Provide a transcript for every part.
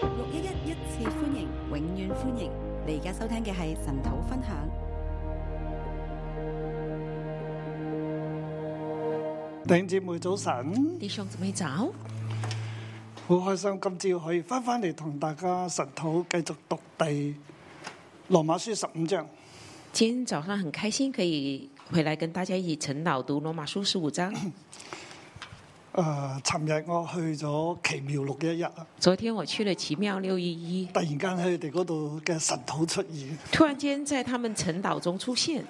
六一一一次歡迎，永遠歡迎！你而家收聽嘅係神土分享。弟兄姊妹早晨，弟兄姊妹早，好開心今朝可以翻返嚟同大家神土繼續讀第羅馬書十五章。今天早上很開心可以回來跟大家一起晨導讀羅馬書十五章。誒、呃尋日我去咗奇妙六一一啊，昨天我去了奇妙六一一，突然間喺佢哋嗰度嘅神土出現，突然間在他們晨導中出現，誒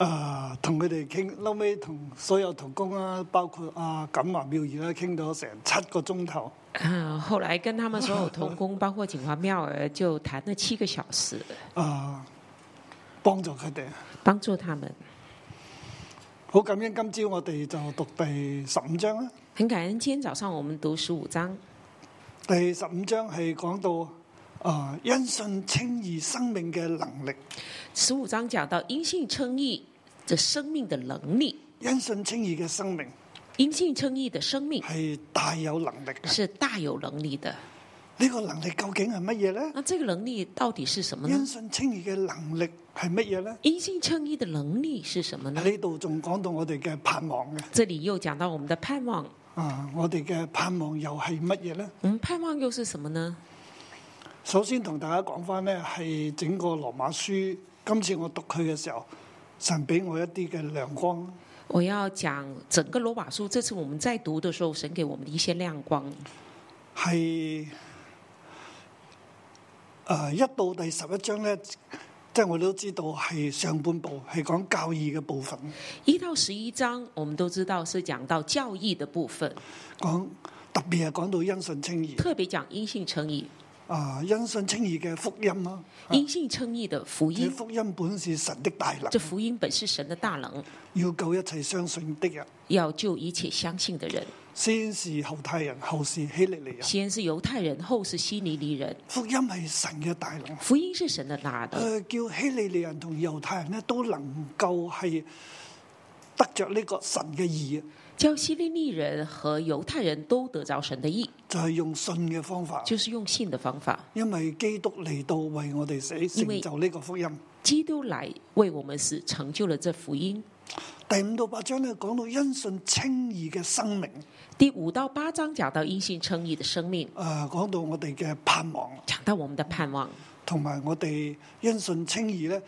呃同佢哋傾，後尾同所有同工啦，包括阿錦華妙兒啦，傾咗成七個鐘頭。啊，後來跟他們所有同工，包括景華妙兒，就談了七個小時，啊，幫助佢哋。幫助他們。好感恩今朝我哋就讀第十五章啦。很感恩，今天早上我們讀十五章，第十五章係講到啊、因信稱義生命嘅能力，十五章講到因信稱義的生命的能力，因信稱義嘅生命因信稱義的生命係大有能力嘅。是大有能力的。呢、個能力究竟係乜嘢呢？那這個能力到底是什麼因呢？信稱義嘅能力係乜嘢呢？因信稱義的能力是什麼呢？喺呢度仲講到我哋嘅盼望嘅，这里又讲到我们的盼望，啊，我哋嘅盼望又係乜嘢呢？我们盼望又是什么呢？首先同大家講翻呢，係整個羅馬書，今次我讀佢嘅時候，神俾我一啲嘅亮光。我要讲整个罗马书，这次我们在读的时候，神给我们的一些亮光。係呃一到第十一章咧，即係我哋都知道係上半部係講教義嘅部分，一到十一章，我们都知道是讲到教义的部分，講特別係講到因信稱義特别讲因信称义，啊、因信稱義嘅福音啦，因信称义的啊福這音，福音本是神的大能这，福音本是神的大能，要救一切相信的人，要救一切相信的人。先是後太人，後是希利利人。先是犹太人，后是希尼尼人。福音係神嘅大能，福音是神的大佢、能，叫希利利人同猶太人咧都能夠係得着呢個神嘅義，啊叫希利尼人和犹太人都得着神的义，就係、用信嘅方法。就是用信的方法。因為基督嚟到為我哋死，因為成就呢個福音。基督来为我们死，成就了这福音。第五到八章咧講到因信稱義嘅生命，第五到八章讲到因信称义的生命，诶、呃，讲到我哋嘅盼望，讲到我们的盼望，同埋我哋因信稱義咧，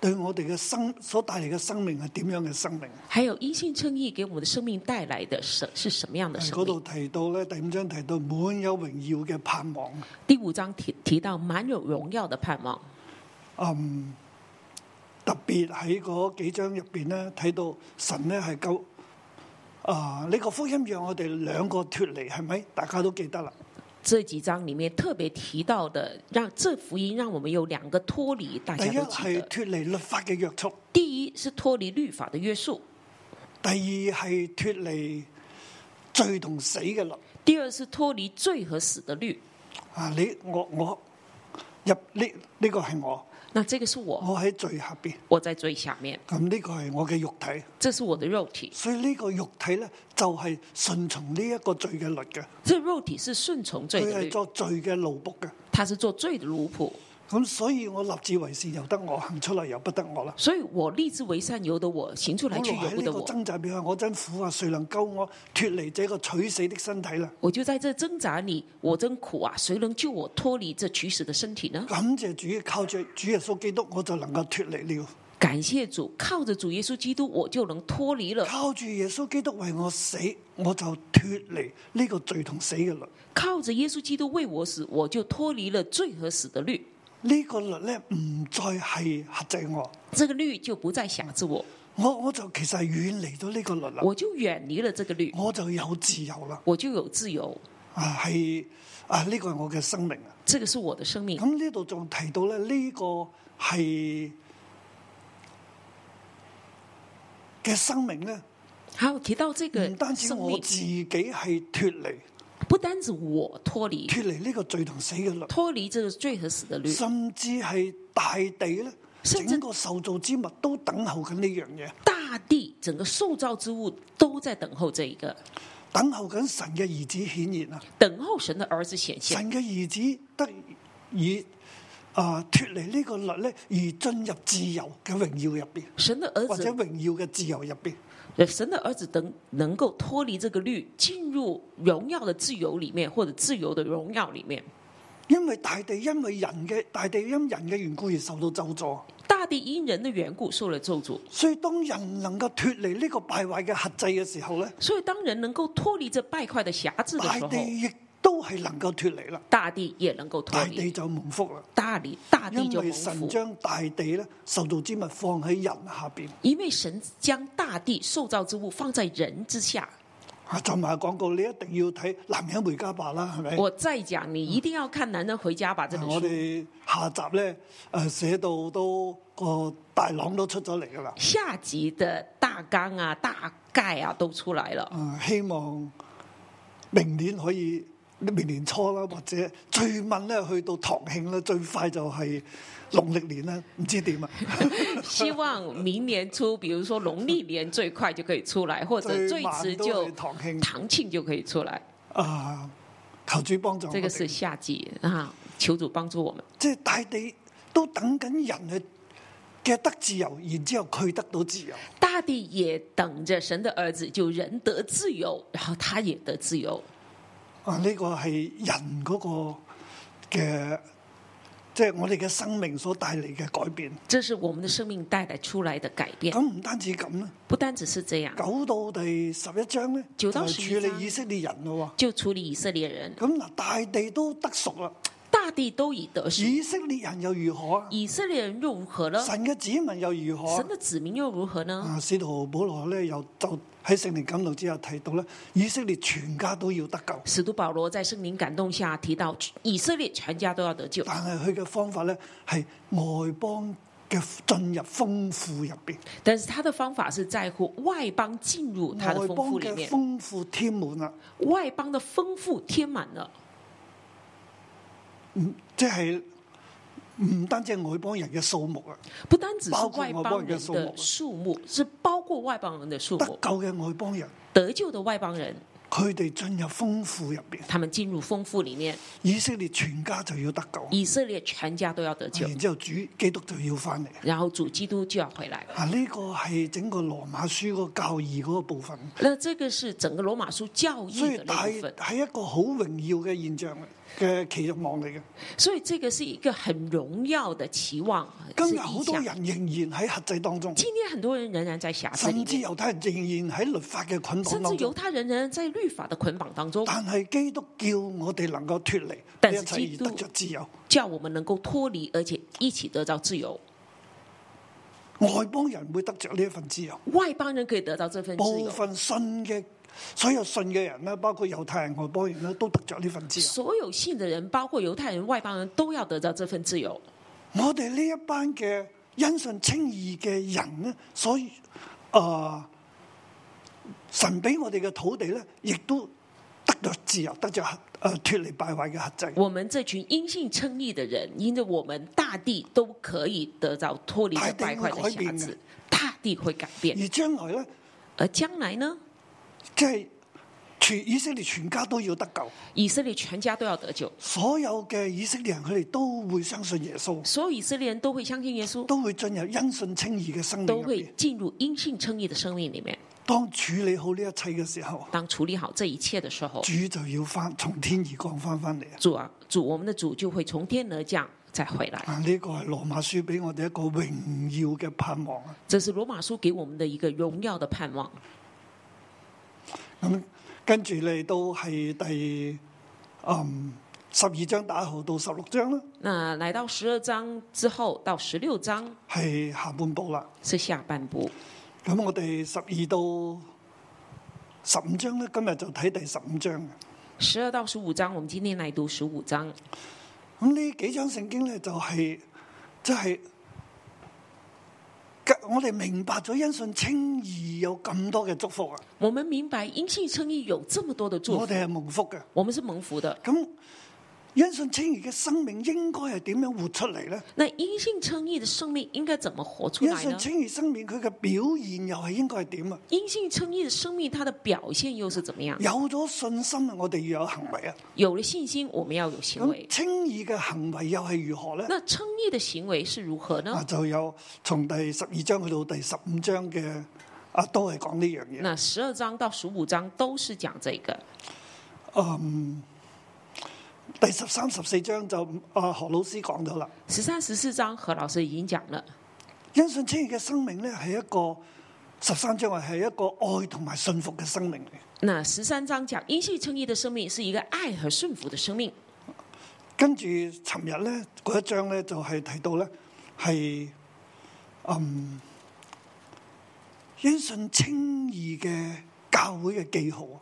對我哋嘅生所帶嚟嘅生命係點樣嘅生命？还有因信称义给我们的生命带来的什是什么样的呃生嗰度命？提到咧，第五章提到滿有榮耀嘅盼望，第五章提提到满有荣耀的盼望，嗯，特別喺嗰幾章入邊咧，睇到神咧係救。啊！呢、個福音讓我哋兩個脱離，係咪？大家都記得啦。这几章里面特别提到的，让这福音让我们有两个脱离，大第家一都记係得。脱離律法嘅約束，第一是脱离律法的约束，第二係脱離罪同死嘅律。第二是脱离罪和死的律。啊，你我我入呢呢、個係我，那这个是我，我喺罪下邊，我在罪下面，咁呢個係我嘅肉體，这是我的肉体，所以呢個肉體咧就係順從呢一個罪嘅律嘅，这肉体是顺从罪佢的律係。作罪嘅奴仆嘅。他是做罪的奴仆，咁所以我立志為善，由得我行出嚟，由不得我啦。所以我立志為善，由得我；行出我來去，由喺不呢得個我。掙扎表下，我真苦啊！誰能救我脱離這個取死的身體啦？我就在這掙扎裡，我真苦啊！誰能救我脫離這取死的身體呢？感謝主，靠着主耶穌基督，我就能夠脱離了。感謝主，靠着主耶穌基督，我就能脫離了；靠住耶穌基督為我死，我就脱離呢個罪同死嘅律。靠着耶穌基督為我死，我就脫離了罪和死的律。呢、個律咧唔再係克制我，這個律就不再辖制我，我我就其實係遠離咗呢個律啦，我就遠離了這個律，我就有自由啦。我就有自由。啊，係啊，呢、個係我嘅生命啊。這個是我的生命。咁呢度仲提到咧，呢、個係嘅生命咧，還有提到這唔單個止生我命，自己係脱離不單止我脫離，脱離呢個罪同死嘅律。脫離這個罪和死的律。甚至係大地咧，甚至整個受造之物都等候緊呢樣嘢。大地整个受造之物都在等候这一个，等候緊神嘅兒子顯現啊！等候神的儿子显现。神嘅兒子得以啊脱離呢個律咧，而進入自由嘅榮耀入邊，神的儿或者子，榮耀嘅自由入邊。呃神的儿子能能够脱离这个律，进入荣耀的自由里面，或者自由的荣耀里面。因為大地因為人嘅大地因人嘅緣故而受到咒詛，大地因人的缘故受了咒诅，所以當人能夠脱離呢個敗壞嘅轄制嘅時候咧，所以当人能够脱离这败坏的辖制的大时候，地亦都係能夠脱離啦，大地也能够脱大地离，就蒙福啦。大地大地因就為蒙神福，將大地咧受造之物放喺人下邊。因为神将大地受造之物放在人之下。啊，就埋廣告，你一定要睇《男人回家吧》啦，係咪？啊我再讲，你一定要看《男人回家吧》这本哎我书。哋下集咧，誒寫到都個大朗都出咗嚟噶啦。下集的大纲啊、大概啊都出来 了，啊，希望明年可以，明年初啦，或者最晚咧去到唐慶啦，最快就係農曆年啦，唔知 點啊。希望明年初，比如说农历年最快就可以出来，或者最迟晚都就係唐慶唐庆就可以出来。啊！求主幫助我这个哋，是下集啊，求主帮助我们。即係大地都等緊人去嘅得自由，然之後佢得到自由。大地也等着神的儿子，就人得自由，然后他也得自由。啊！呢、個係人嗰個嘅，即係我哋嘅生命所帶嚟嘅改變。这是我们的生命带来出来的改变咁，唔單止咁啦，不单只是这样，九到第十一章咧，九就到係處11章理以色列人咯就处理以色列人喎。，咁嗱，大地都得熟啦，大地都已得赎。以色列人又如何啊？以色列人又如何呢？神嘅子民又如何啊神？的子民又如何呢？啊，使徒保羅咧又就喺聖靈感動之下提到咧，以色列全家都要得救，使徒保罗在圣灵感动下提到，以色列全家都要得救，但係佢嘅方法咧係外邦嘅進入豐富入邊，但是他的方法是在乎外邦进入他的外丰邦富里嘅面，豐富啊添滿啦。外邦的丰富填满了，即係唔單止係外邦人嘅數目啊，不单只是包括外外邦邦人人的数目的数目，是包括外邦人的数得目救。嘅外邦人，得救的外邦人，佢哋進入豐富入邊，他们进入丰富里面，以色列全家就要得救，啊以色列全家都要得救，然之後主基督就要翻嚟。然后主基督就要回来。啊！呢、個係整個羅馬書嗰個教義嗰個部分，那这个是整个罗马书教所义以的那大部分，係一個好榮耀嘅現象嚟嘅期望嚟嘅。所以这个是一个很荣耀的期望。今是日好意多向人仍然喺轄制當中，今天很多人仍然在瑕疵里甚至面，猶太人仍然喺律法嘅捆綁甚至當犹中。太人仍然在律法的捆绑当中，但係基督叫我哋能夠脱離但呢一是基切督而得着自由。叫我们能够脱离，而且一起得到自由。外邦人會得着呢一份自由。外邦人可以得到这份自部由，分信嘅所有信嘅人咧，包括猶太人、外邦人咧，都得着呢份自由。所有信的人，包括犹太人、外邦人，都要得到这份自由。我哋呢一班嘅因信稱義嘅人咧，所以啊、呃神俾我哋嘅土地咧，亦都得着自由，得着誒脱離敗壞嘅核制。我们这群因信称义的人，因着我们大地都可以得到脱离这败坏的瑕疵，大地会改变。而將來咧，而将来呢，即係全以色列全家都要得救，以色列全家都要得救，所有嘅以色列人佢哋都會相信耶穌，所有以色列人都会相信耶稣，都會進入因信稱義嘅生命都入会邊。进入因信称义的生命里面。當處理好呢一切嘅時候。当处理好这一切的时候，主就要翻從天而降翻翻嚟主啊，主我们的主就会从天而降再回来。啊！呢個係羅馬書俾我哋一個榮耀嘅盼望啊！这是罗马书给我们的一个荣耀的盼望。咁跟住嚟到係第嗯十二章打號到十六章啦，那来到十二章之后，到十六章係下半部啦。是下半部。咁我哋十二到十五章咧，今日就睇第十五章嘅。十二到十五章，我们今天来读十五章。咁呢幾章聖經咧就係即係我哋明白咗因信稱義有咁多嘅祝福啊！我们明白因信称义有这么多的祝我福，哋係蒙福嘅。我们是蒙福的。咁因信稱義嘅生命應該係點樣活出嚟呢？那因信稱義的生命應該怎麼活出因來信呢？稱義生命佢嘅表現又係應該係點啊？因信稱義的生命，它的表現又是怎麼樣？有咗信心啊，我哋要有行為啊。有了信心，我們要有行為咁。稱義嘅行為又係如何呢？那稱義的行為是如何啊，呢？就有從第十二章去到第十五章嘅啊，都係講呢樣嘢。那十二章到十五章都是講這個。第十三、十四章就啊何老師講咗啦。十三、十四章何老師已經講了。因信稱義嘅生命咧係一個十三章係一個愛同埋信服嘅生命嚟嘅。那十三章講因信稱義的生命是一個愛和順服的生命。跟住尋日咧嗰一章咧就係提到咧係嗯嗯因信稱義嘅教會嘅記號，啊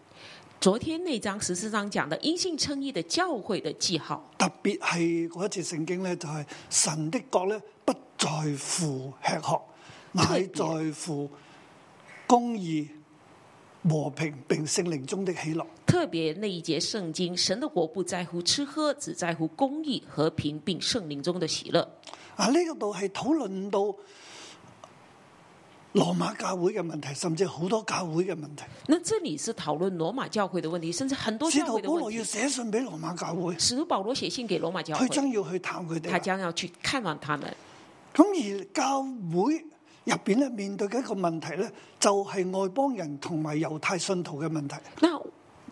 昨天那章十四章講的因信稱義的教會的記號，特別係嗰一節聖經咧就係、神的國咧不在乎吃 喝，乃在乎公義、和平並聖靈中的喜樂。特別那一節聖經，神的國不在乎吃喝，只在乎公義、和平，並聖靈中的喜樂。啊，呢個度係討論到羅馬教會嘅問題，甚至好多教會嘅問題。那這裡是討論羅馬教會的問題，甚至很多使教徒會的保問羅要題。寫信俾羅馬教會，使徒保羅寫信給羅馬教佢會，將要去探佢他哋。將要去看望他們。咁而教會入邊咧面對嘅一個問題咧，就係、外邦人同埋猶太信徒嘅問題。那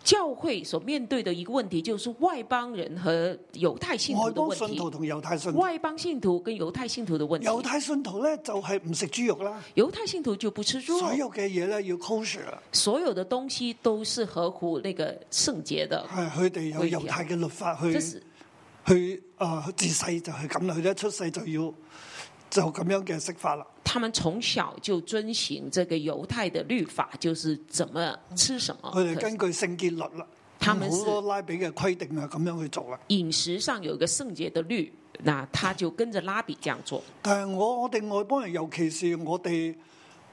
教會所面對的一個問題，就是外邦人和猶太信徒外的邦信問徒題。同猶太信徒，外邦信徒跟猶太信徒的問猶題，太信徒咧就係唔食豬肉啦，猶太信徒就不吃豬所肉，有嘅嘢咧要 kosher，所有的東西都是合乎那個聖潔的。係佢哋有會嘅猶太嘅律法去這。是佢啊、自細就係咁啦，佢一出世就要就咁樣嘅食法啦。他們從小就遵行這個猶太的律法，就是怎麼吃什麼。佢哋根據聖潔律啦，哦他們是好多拉比嘅規定啊，咁樣去做啦。飲食上有一個聖潔的律，那他就跟着拉比這樣做。但係我我哋外邦人，尤其是我哋誒、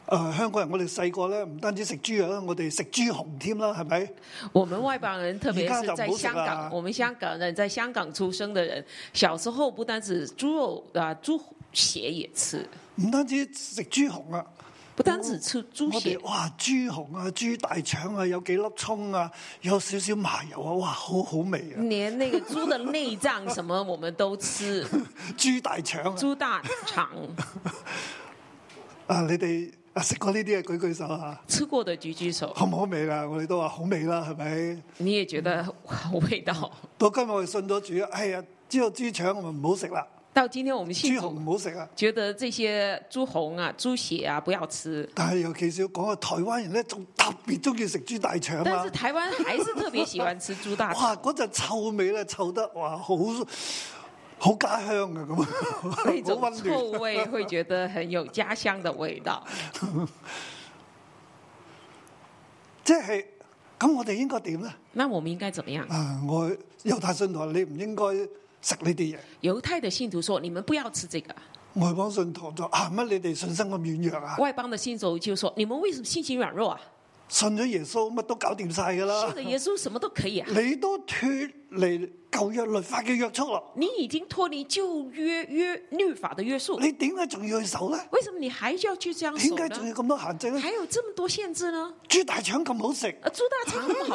呃香港人，我哋細個咧唔單止食豬肉啦，我哋食豬紅添啦，係咪？我們外邦人，特別你看是到在不是香港吧，我們香港人在香港出生的人，小時候不單止豬肉啊，豬血也吃，唔單止食豬紅啊，不單止吃豬我血哋，哇豬紅啊、豬大腸啊，有幾粒葱啊，有少少麻油啊，哇好好味啊！連那個豬的內臟什麼我們都吃，豬大腸啊，豬大腸啊你哋啊食過呢啲嘅舉舉手啊！吃過的舉舉手，好唔好味啦？我哋都話好味啦，係咪？你也覺得好味道。到今日我哋信咗主，哎呀，知道豬腸我咪唔好食啦，到今天我們豬信紅主，唔好食啊！覺得這些豬紅啊、豬血啊不要吃，但係尤其是要講啊，台灣人咧仲特別中意食豬大腸但啊是！台灣還是特別喜歡吃豬大腸哇，。嗰陣臭味咧，臭得哇，好好家鄉啊咁， 好那種温臭暖。味會覺得很有家鄉的味道。即係咁，我哋應該點咧？那我們應該怎麼樣？啊，我猶太信徒你唔應該食呢啲嘢，猶太的信徒說：“你們不要吃這啊個。外邦信徒就啊乜你哋信心咁軟弱啊”？外邦的信徒就說：“你們為什麼信心軟弱啊？信咗耶穌乜都搞掂晒㗎啦信。了耶穌什麼都可以啊，你都脱離舊約律法嘅約束咯，你已經脫離舊約約律法的約束，你點解仲要去守咧？為什麼你還要去這樣點守解仲要呢？咁多限制咧？還有這麼多限制呢？豬大腸咁好食，啊，豬大腸那麼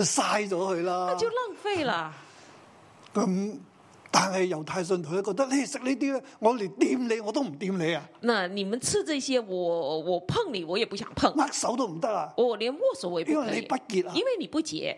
吃，嘥咗佢那啦。就浪費了。咁但係猶太信徒咧覺得你食呢啲咧，我連掂你我都唔掂你啊，那你們吃這些，我我碰你，我也不想碰，握手都唔得啊！我連握手我也不因可為你以不，潔啊因，為你不潔。”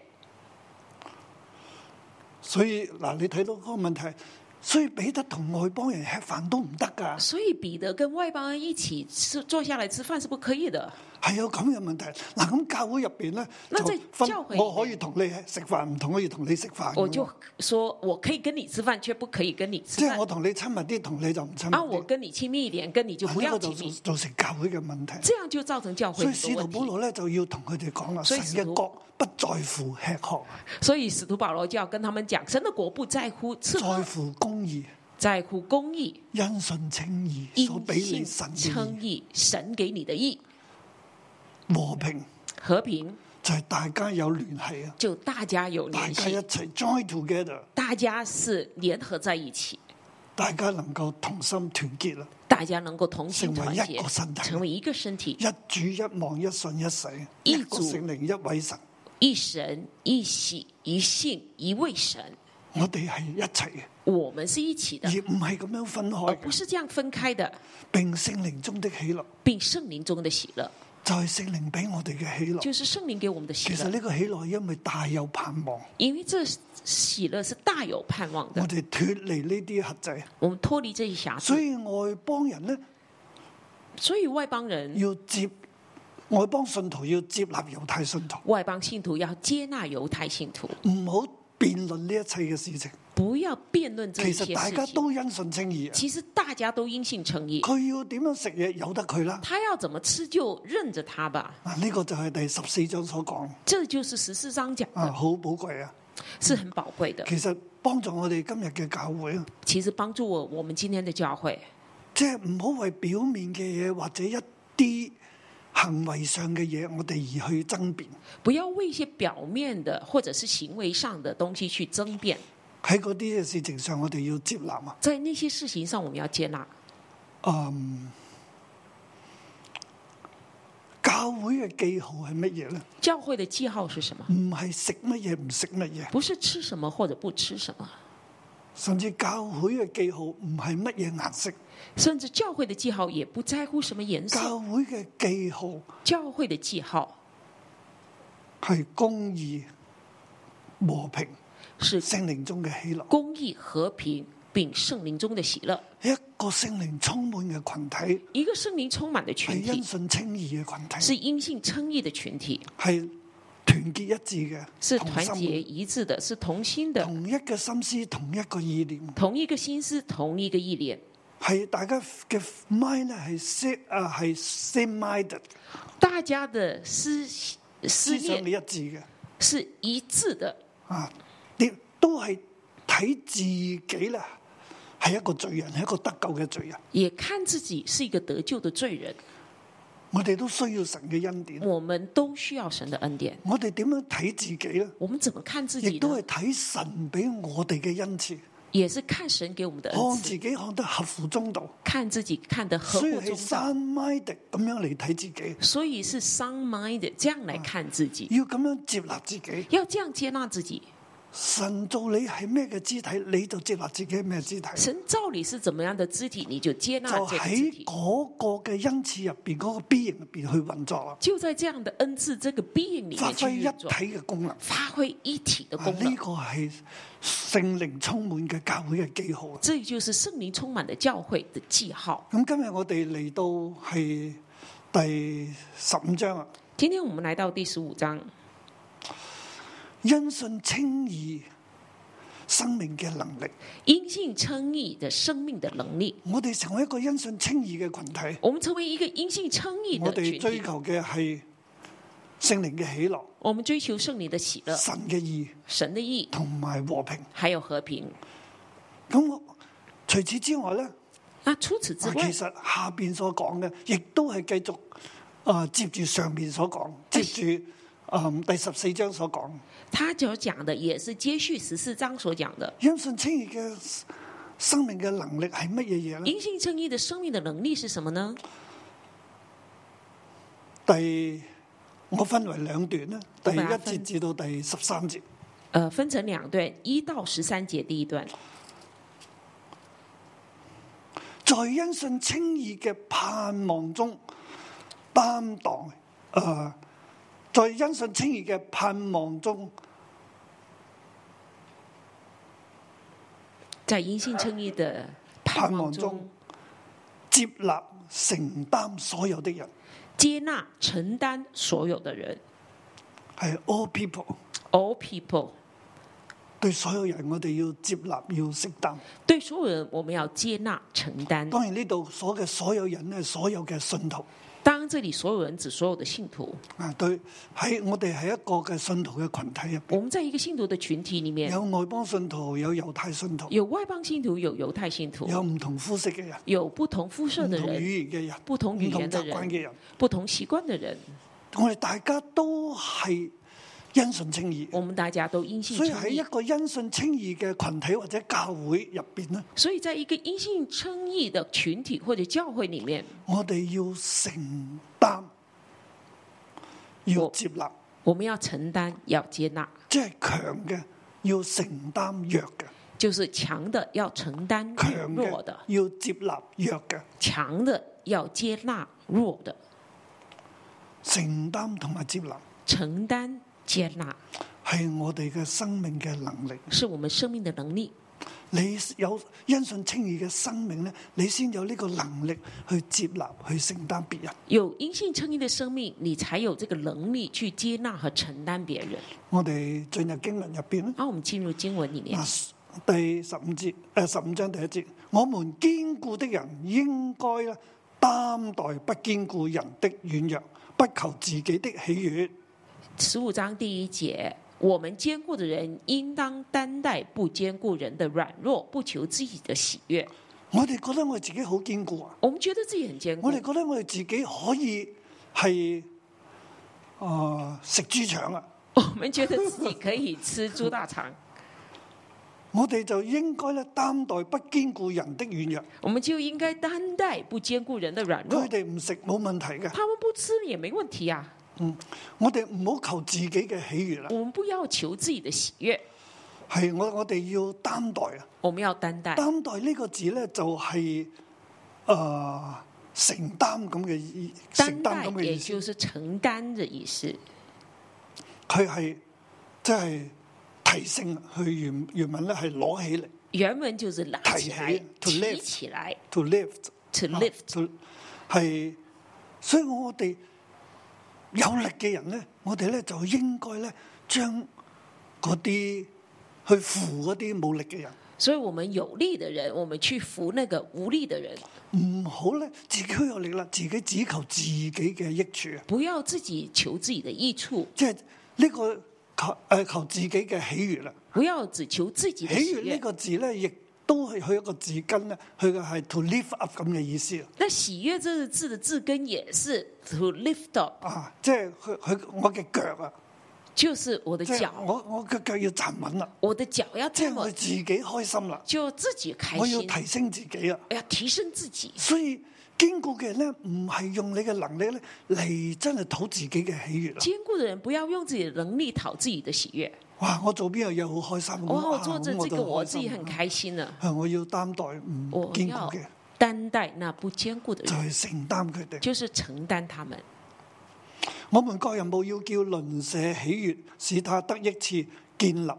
所以嗱，你睇到嗰個問題，所以彼得同外邦人吃飯都唔得噶，所以彼得跟外邦人一起吃，坐下來吃飯是不可以的。係有咁嘅問題。嗱，咁教會入邊咧嗱即係就分教會我可以同你食飯，唔同可以同你食飯㗎喎。我就说我可以跟你吃飯，卻不可以跟你吃即係我飯。同你親密啲，同你就唔親密啊，我啲。跟你親密一點，跟你就不呢要個就親造密，造成教會嘅問題。這樣就造成教所會以很使多徒保問題。羅咧就要同佢哋講啦，所神以使嘅徒國不在乎吃 喝，所以使徒保羅就要跟他們講：神的國不在乎吃在喝，乎公義、在乎公義、因信稱義所因俾你神信嘅稱義，神給你的義、義和平和平就係大家有聯繫啊，就大家有大联家一系，齊 join together，大家是联合在一起，大家能夠同心團結啦，大家能够同心成為团一结個身，體成为一个身体，一主一望一信一死，一一個主聖靈一位神，一神一喜一信一位神，我哋係一齊嘅，我们是一起而的，唔係咁樣分而開不嘅。是这样分开的，並聖靈中的喜樂，并圣灵中的喜乐，就係聖靈俾我哋嘅喜樂。就是圣灵给我们的喜其實乐，呢個喜樂，因為大有盼望，因为这喜乐是大有盼望我的。哋脱離呢啲核制，我们脱离这一瑕疵所，以外邦人呢，所以外邦人、要接外邦信徒要接納猶太信徒，外邦信徒要接纳犹太信徒，唔好辯論呢一切嘅事情。不要辩论这其一些實大事家情。都因信稱義啊，其实大家都因信称义，佢要點樣食嘢由得佢啦。他要怎么吃就任着他吧。嗱，呢個就係第十四章所講这就是十四章讲啊，嗯的，好寶貴啊！是很寶貴的。其實幫助我哋今日嘅教會啊，其实帮助我我们今天的教会，即係唔好為表面嘅嘢或者一啲行為上嘅嘢，我哋而去爭辯。不要为一些表面的或者是行为上的东西去争辩，喺嗰啲嘅事情上，我哋要接納啊。在那些事情上我们要接纳。嗯，教會嘅記號係乜嘢咧？教会的记号是什么？唔係食乜嘢唔食乜嘢，不是吃什么或者不吃什么，甚至教會嘅記號唔係乜嘢顏色。甚至教会的记号也不在乎什么颜色。教會嘅記號教会的记号係公義、和平、是聖靈中嘅喜樂。公益、和平，并圣灵中的喜乐。一個聖靈充滿嘅群體一个圣灵充满的係群因体，信稱義嘅群體，是因信称义的群体，係團結一致嘅，是团同结心一致的，是同心的，同一嘅心思，同一個意念。同一个心思，同一个意念。係大家嘅 mind 咧係 s 啊係 same minded 大家的思思思想念係一致嘅是一致的，啊，亦都係睇自己啦，係一個罪人，係一個得救嘅罪人。也看自己是一个得救的罪人。我哋都需要神嘅恩典。我们都需要神的恩典。我哋點樣睇自己咧？我们怎么看自己亦都呢係？睇神俾我哋嘅恩賜，也是看神给我们的恩看赐，自己看得合乎中道，看自己看得合哦所以乎係中道，三 minded 咁樣嚟睇自己，所以是 sound mind 这样来看自己，要咁樣接納自己。要这样接纳自己。神造你係咩嘅肢體，你就接納自己係咩肢體。神造你是怎么样的肢体，你就接纳就这个肢喺体，嗰個嘅恩賜入邊，嗰、個 B 型入邊去運作啦，就在这样的恩赐这个 being 里發面揮去一运作，體嘅功能。发挥一体的啊功呢、能。個係聖靈充滿嘅教會嘅記號啊。这就是圣灵充满的教会的记号。咁今日我哋嚟到係第十五章啊，今天我们来到第十五章，因信稱義生命嘅能力，因信称义的生命的能力。我哋成為一個因信稱義嘅群體，我们成为一个因信称义的我群哋追体，求嘅係聖靈嘅喜樂、我们追求圣灵的喜乐、神嘅義神的义，同埋和平。还有和平。咁我除此之外咧。那除此之嗱，外啊其實，下邊所講嘅，亦都係繼續啊、呃接住上面所講，哎接住啊、嗯第十四章所講，他所讲的也是接续十四章所讲的。因信稱義嘅生命嘅能力係乜嘢嘢咧？因信称义的生命的能力是什么呢？第我分為兩段啦，第我把它一節分至到第十三節。呃，分成两段，一到十三节第一段，在因信稱義嘅盼望中擔當，诶、在因信稱義嘅盼望中在因信称义的盼盼望望中中，接納承擔所有的人，接纳承担所有的人係 all people。 ，all people，對所有人，我哋要接納，要適當。对所有人我们要接纳承担。當然呢度所嘅所有人咧，所有嘅信徒当然，这里所有人指所有的信徒。啊，對喺我哋係一個嘅信徒嘅群體入我们在一个信徒的群体里邊，面，有外邦信徒，有猶太信徒，有外邦信徒，有犹太信徒，有唔同膚色嘅人，有不同肤色唔的同人，語言嘅人，不同唔语同言的習慣人，嘅人。不同习惯的人。我哋大家都係因信稱義，我们大家都因信所以称喺一义，個因信稱義嘅群體或者教會入邊咧，所以在一个因信称义的群体或者教会里面，我哋要承擔，要我接納，我们要承担，要接纳，即係強嘅要承擔弱嘅，就是强的要承担強弱嘅的，要接納弱嘅，强的要接纳弱的，承擔同埋接納承担接纳係我哋嘅生命嘅能力。是我们生命的能力。你有因信稱義嘅生命咧，你先有呢個能力去接納、去承擔別人。有因信称义的生命，你才有这个能力去接纳和承担别人。我哋進入經文入邊啦，而我们进入经文里面，嗱啊第十五節誒、呃十五章第一節，我們堅固的人應該咧擔待不堅固人的軟弱，不求自己的喜悅。十五章第一节，我们坚固的人应当担待不坚固人的软弱，不求自己的喜悦。我哋覺得我哋自己好堅固啊！我们觉得自己很坚固我哋，覺得我哋自己可以係啊食豬腸啊！我们觉得自己可以吃猪大肠，我哋就應該咧擔待不堅固人的軟弱。我们就应该担待不坚固人的软弱佢。哋唔食冇問題嘅，他们不吃也没问题啊，我哋唔好求自己嘅喜悦啦，我们不要求自己的喜悦，係我我哋要擔待啊！我们要担待。擔待呢個字咧就係呃承擔咁嘅意，承担擔待咁嘅也意就思，是承担的意思，佢係即係提升，佢原原文咧係攞起嚟原文就是拿起来抬、起，to 提 lift 起来、 to lift 啊 to lift。 to 係，所以我哋有力嘅人咧，我哋咧就應該咧將嗰啲去扶嗰啲冇力嘅人。所以我们有力的人，我们去扶那个无力的人，唔好咧，自己好有力啦，自己只求自己嘅益處啊！不要自己求自己的益处，即係呢個求诶求自己嘅喜悦啦。不要只求自己的喜喜悦呢悦。個字咧，亦都係佢一個字根咧，佢嘅係 to lift up 咁嘅意思啊那喜悦这个字的字根也是 to lift up，啊！即係佢佢我嘅腳啊，就是我的即係脚，我我嘅腳要站穩啦，我的脚要即这係我么自己開心啦，就自己开我要心，提升自己啊！要提升自己。所以堅固嘅人咧，唔係用你嘅能力咧嚟真係討自己嘅喜悦啊！坚固的人不要用自己的能力讨自己的喜悦。哇！我做邊樣嘢好開心咁哇，我啊做着咁这就个我開自心己啊很开心呢，係我要擔待唔我堅要嗯固嘅，担待那不坚固的就人，係承擔佢哋。就是承担他们。我們各人務要叫鄰舍喜悦，使他得益處建立。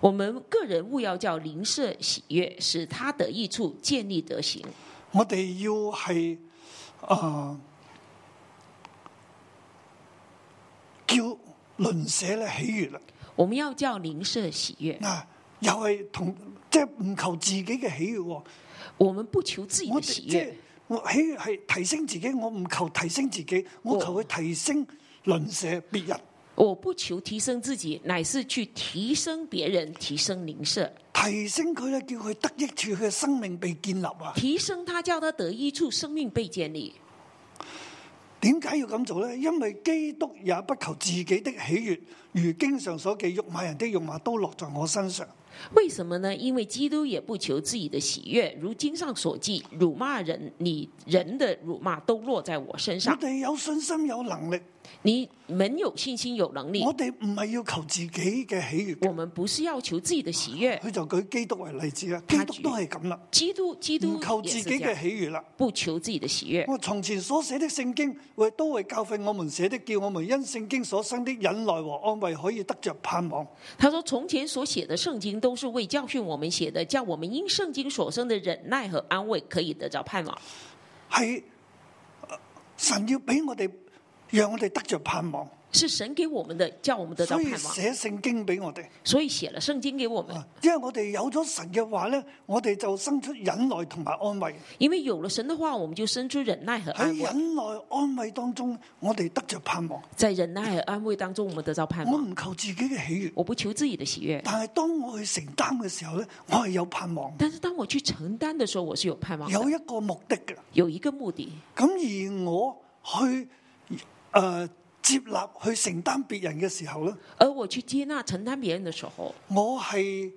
我们个人务要叫邻舍喜悦，使他得益处，建立德行。我哋要係啊、叫鄰舍咧喜悦啦。我们要叫邻舍喜悦，嗱、又係同即係唔求自己嘅喜悦喎。我们不求自己我的哋喜即係悦，我喜悦係提升自己，我唔求提升自己，我哦求去提升鄰舍別人。我不求提升自己，乃是去提升别人，提升邻舍，提升佢咧，叫佢得益處，佢嘅生命被建立啊！提升他，叫他得益处，生命被建立。點解要咁做呢？因為基督也不求自己的喜悦，如經上所記，辱罵人的辱罵都落在我身上。为什么呢？因为基督也不求自己的喜悦，如经上所记，辱骂人，你人的辱骂都落在我身我上。哋有信心有能力，你们有信心，有能力，我哋唔係要求自己嘅喜悦。我们不是要求自己的喜悦。佢就舉基督為例子啦，基他督舉都係咁啦，基督，基督唔求也自是己这嘅样，喜悦啦。不求自己的喜悦。我從前所寫的聖經，為都為教訓我們寫的，叫我們因聖經所生的忍耐和安慰，可以得着盼望。他说：“从前所写的圣经都是为教训我们写的，叫我们因圣经所生的忍耐和安慰，可以得着盼望。係呃神要俾我哋，讓我哋得着盼望，是神给我们的，叫我们得到所盼以望。寫聖經俾我哋。所以写了圣经给我们，啊因為我哋有咗神嘅話咧，我哋就生出忍耐同埋安慰。因为有了神的话，我们就生出忍耐和安喺慰。忍耐安慰當中，我哋得着盼望。在忍耐和安慰当中，我们得到盼我望。唔求自己嘅喜悦，我不求自己的喜悦，但係當我去承擔嘅時候咧，我係有盼望，但是当我去承担的时候，我是有盼望的，有一個目的嘅。有一个目的。咁而我去呃接納去承擔別人嘅時候咧，而我去接納承擔別人的時候，我係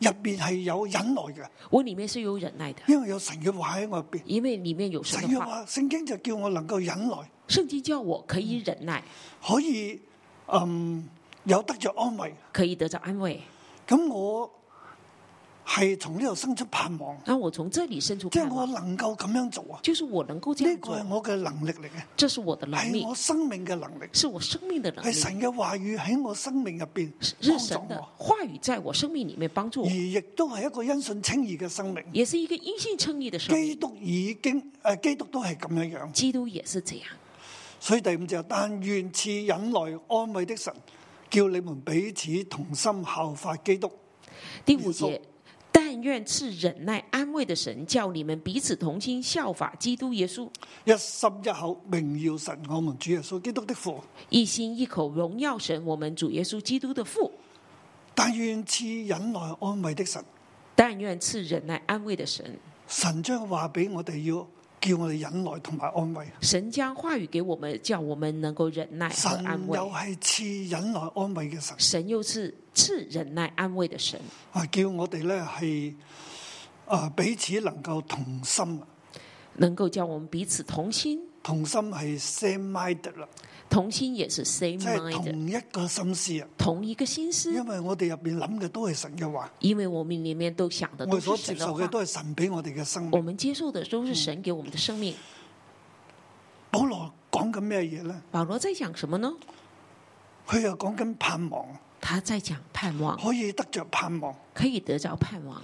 入邊係有忍耐嘅，我裏面是有忍耐的，因為有神嘅話喺我入邊。因為裏面有神神嘅的話。話，聖經就叫我能夠忍耐，聖經叫我可以忍耐，可以嗯有得着安慰。可以得到安慰。咁我係從呢度生出盼望，那我從這裏生出即盼係我望，能夠咁樣做啊！就是我能夠這呢樣個係做，我嘅能力嚟嘅，這是我的能力係我，生命嘅能力，是我生命的能係力，神嘅話語喺我生命入邊是幫是神啊助的我，嗯話語在我生命裏面幫助而我，亦都係一個因信稱義嘅生命。也是一個因信稱義的生基命。督已經誒、呃基督都係咁樣樣，基督也是這樣。所以第五節，但願賜忍耐安慰的神，叫你們彼此同心效法基督。第五耶節穌，但願賜忍耐安慰的神，叫你們彼此同心效法基督耶穌，一心一口榮耀神，我們主耶穌基督的父。一心一口榮耀神，我們主耶穌基督的父。但願賜忍耐安慰的神，但願賜忍耐安慰的神，神將話俾我哋要叫我哋忍耐同埋安慰。神將話語給我們，叫我們能夠忍耐和神安慰。又係賜忍耐安慰嘅神，神又是賜忍耐安慰的神，啊叫我哋咧係啊彼此能夠同心，能夠叫我們彼此同心，同心係 same minded 啦，同心也是 same 即係 mind 的，同一個心思啊。同一個心思因。為我哋入邊諗嘅都係神嘅話，因為我們裏面都想的我都哋所是接受神的嘅話，都係神俾我哋嘅生我命。們接受的都是神給我們的生命。保羅講緊咩嘢咧？保羅在講什麼呢？佢又講緊盼望，他在講盼望，可以得着盼望，可以得着盼望，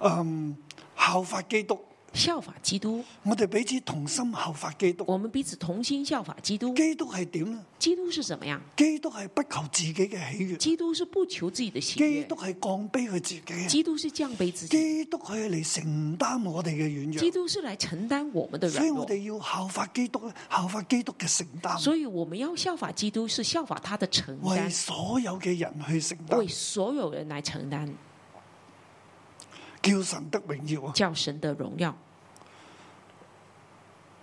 嗯，效法基督。效法基督。我哋彼此同心效法基督。我們彼此同心效法基督。基督係點呢？基督是怎麼樣？基督係不求自己嘅喜悦，基督是不求自己的喜基悦督，係降卑佢自己，啊基督是降卑自己，基督係嚟承擔我哋嘅軟基弱。督是來承擔我們的所軟以我弱。哋要效法基督咧，效法基督嘅承擔，所以我們要效法基督，是效法他的承為擔，所有嘅人去承為擔，所有人來承擔，叫神得榮耀啊！叫神的榮耀。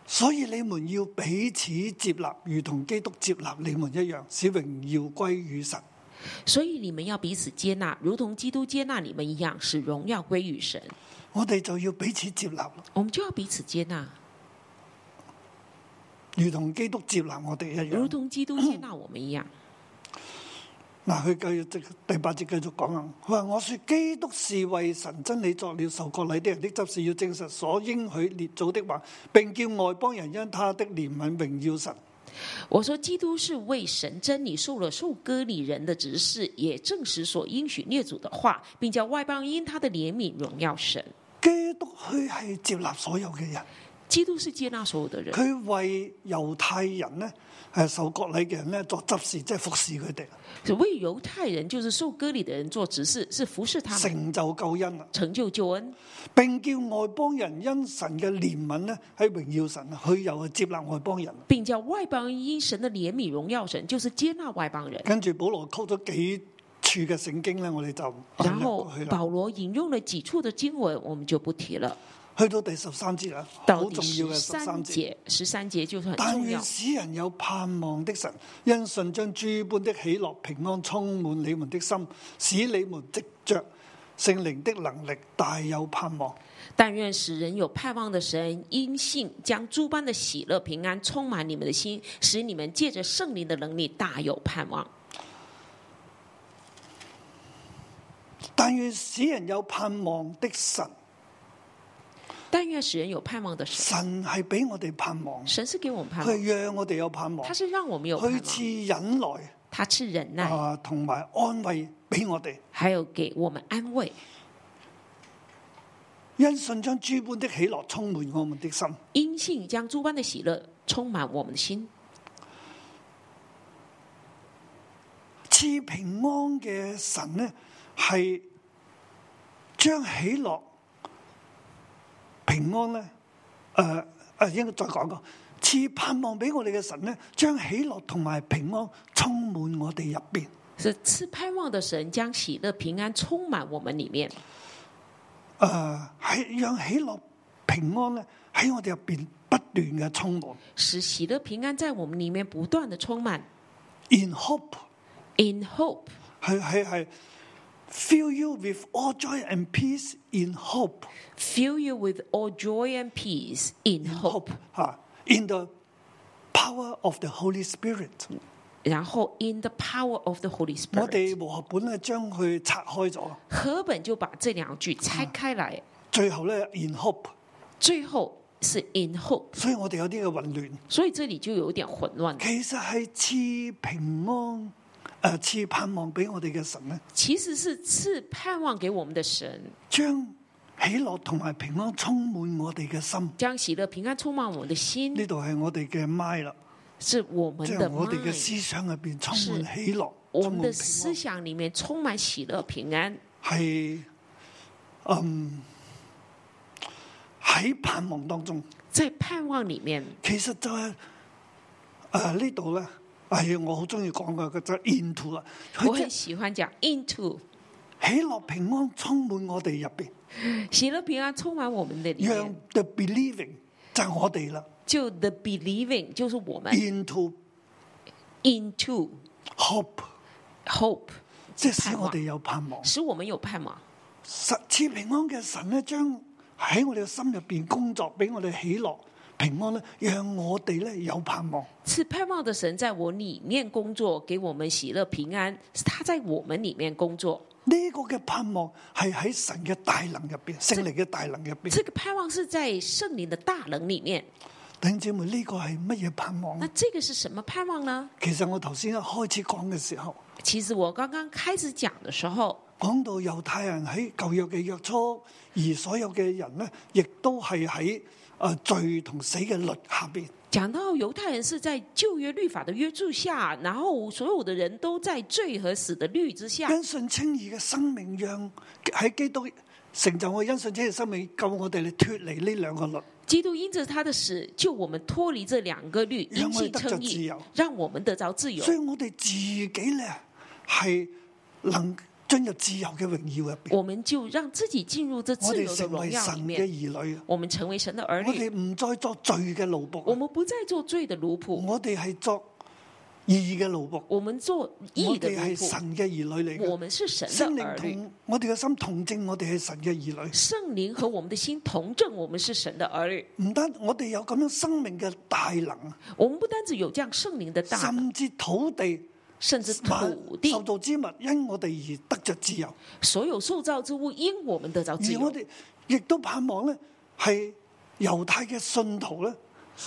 所以你們要彼此接納，如同基督接納你們一樣，使榮耀歸於神。所以你們要彼此接納，如同基督接納你們一樣，使榮耀歸於神。我哋就要彼此接納，我們就要彼此接納，如同基督接納我哋一如樣。同基督接納我們一樣。嗱，佢繼續第八節繼續講啊，佢話：我說基督是為神真理作了受割禮的人的執事，要證實所應許列祖的話，並叫外邦人因他的憐憫榮耀神。我说，基督是为神真理受了受割礼人的指示，也证实所应许列祖的话，并叫外邦因他的怜悯荣耀神。基督佢係接納所有嘅人，基督是接纳所有的人，佢為猶太人呢，誒受割禮嘅人呢作執事，即係服侍佢哋，是为犹太人，就是受割礼的人做执事，是服侍他们，成就救恩啊！成就救恩，並叫外邦人因神嘅憐憫咧，喺榮耀神，啊佢又係接納外邦人。并叫外邦因神的怜悯荣耀神，就是接纳外邦人。跟住保羅溝咗幾處嘅聖經咧，我哋就然略后啊過去啦。保罗引用了几处的经文，我们就不提了。去到第十三節啦，到好第重要嘅十十三三節。节，十三节就是很但重願要。使人有盼望的神，因信將諸般的喜樂平安充滿你們的心，使你們藉着聖靈的能力大有盼望。但愿使人有盼望的神，因信将诸般的喜乐平安充满你们的心，使你们借着圣灵的能力大有盼望。但願使人有盼望的神，但愿使人有盼望的神，神係俾我哋盼望，神是给我们盼佢望，係讓我哋有盼望他，是让我们有盼佢望，賜忍耐。他是忍耐，啊，同埋安慰俾我哋。还有给我们安慰。因信將諸般的喜樂充滿我們的心。因信将诸般的喜乐充满我们的心，賜平安嘅神呢，係將喜樂、平安呢，誒、呃、誒、應該再講個。賜盼望俾我哋嘅神呢，將喜樂同埋平安充滿我哋入邊。是赐盼望的神将喜乐平安充满我们里面，呃誒、係讓喜樂平安呢喺我哋入邊不斷嘅充滿。使喜乐平安在我们里面不断的充满。 In hope In hope 係係係 fill you with all joy and peace in hope。 fill you with all joy and peace. In hope，吓，in the power of the Holy Spirit。然后 in the power of the Holy 我 Spirit。哋和合本咧將佢拆開咗，和本就把这两句拆开来，最後咧 in hope，最后是 in hope，所以我哋有啲嘅混亂。所以这里就有点混乱。其實係賜平安，诶、呃、赐盼望俾我哋嘅神咧，其实是赐盼望给我们的神，將喜樂同埋平安充滿我哋嘅心。将喜乐平安充满我们的心，呢度係我哋嘅 my 啦，是我们即的係我哋嘅 mind 思想入边充滿喜樂，我充们滿的平思安，想里面充满喜乐平安，係嗯喺盼望當中，在盼望里面，其實就係呃呢度咧，係我好中意講嘅，就 into 啦，我佢很即喜欢讲 into 係喜樂平安充滿我哋入边，喜乐平安充满我们的里讓面， the believing 就係我哋啦。就 the believing 就是我们 into into hope， hope，即係使我哋有盼望。使我们有盼望。實賜平安嘅神咧，將喺我哋嘅心入邊工作，俾我哋喜樂平安咧，讓我哋咧有盼望。赐盼望的神在我里面工作，给我们喜乐平安，是他在我们里面工作。呢、個嘅盼望係喺神嘅大能入邊，聖靈嘅大能入邊。这个盼望是在圣灵的大能里面。弟兄姊妹，呢、個係乜嘢盼望那？这个是什么盼望呢？其實我頭先一開始講嘅時候，其实我刚刚开始講的時候，講到猶太人喺舊約嘅約束，而所有嘅人呢，亦都係喺誒罪同死嘅律下邊。講到猶太人是在舊約律法的約束下，然後所有的人都在罪和死的律之下，因信稱義嘅生命，讓喺基督成就我因信稱義嘅生命，救我哋嚟脱離呢兩個律，基督因着他的死救我们脱離这兩個律，讓因我哋信得着稱自義由，讓我們得着自由所。以我哋自己咧係能進入自由嘅榮耀入边，我們就讓自己進入這我自哋由的成榮為神耀裏嘅面，兒女，我們成為神的兒我女，哋唔再作罪嘅奴我仆，們不再做罪的奴仆，我哋係作義嘅奴仆，我們做我義的哋奴係仆，神嘅兒女嚟我嘅。們是神聖的靈兒女。同我哋嘅心同證，我哋係神嘅兒聖靈和我們的心同证，我們是神的兒女。女。唔單我哋有咁樣生命嘅大能，我們不单只有这样聖靈的大能，甚至土地甚至土地受造之物因我哋而得着自由，所有受造之物因我们得到自而我由。哋亦都盼望咧係猶太嘅信徒咧，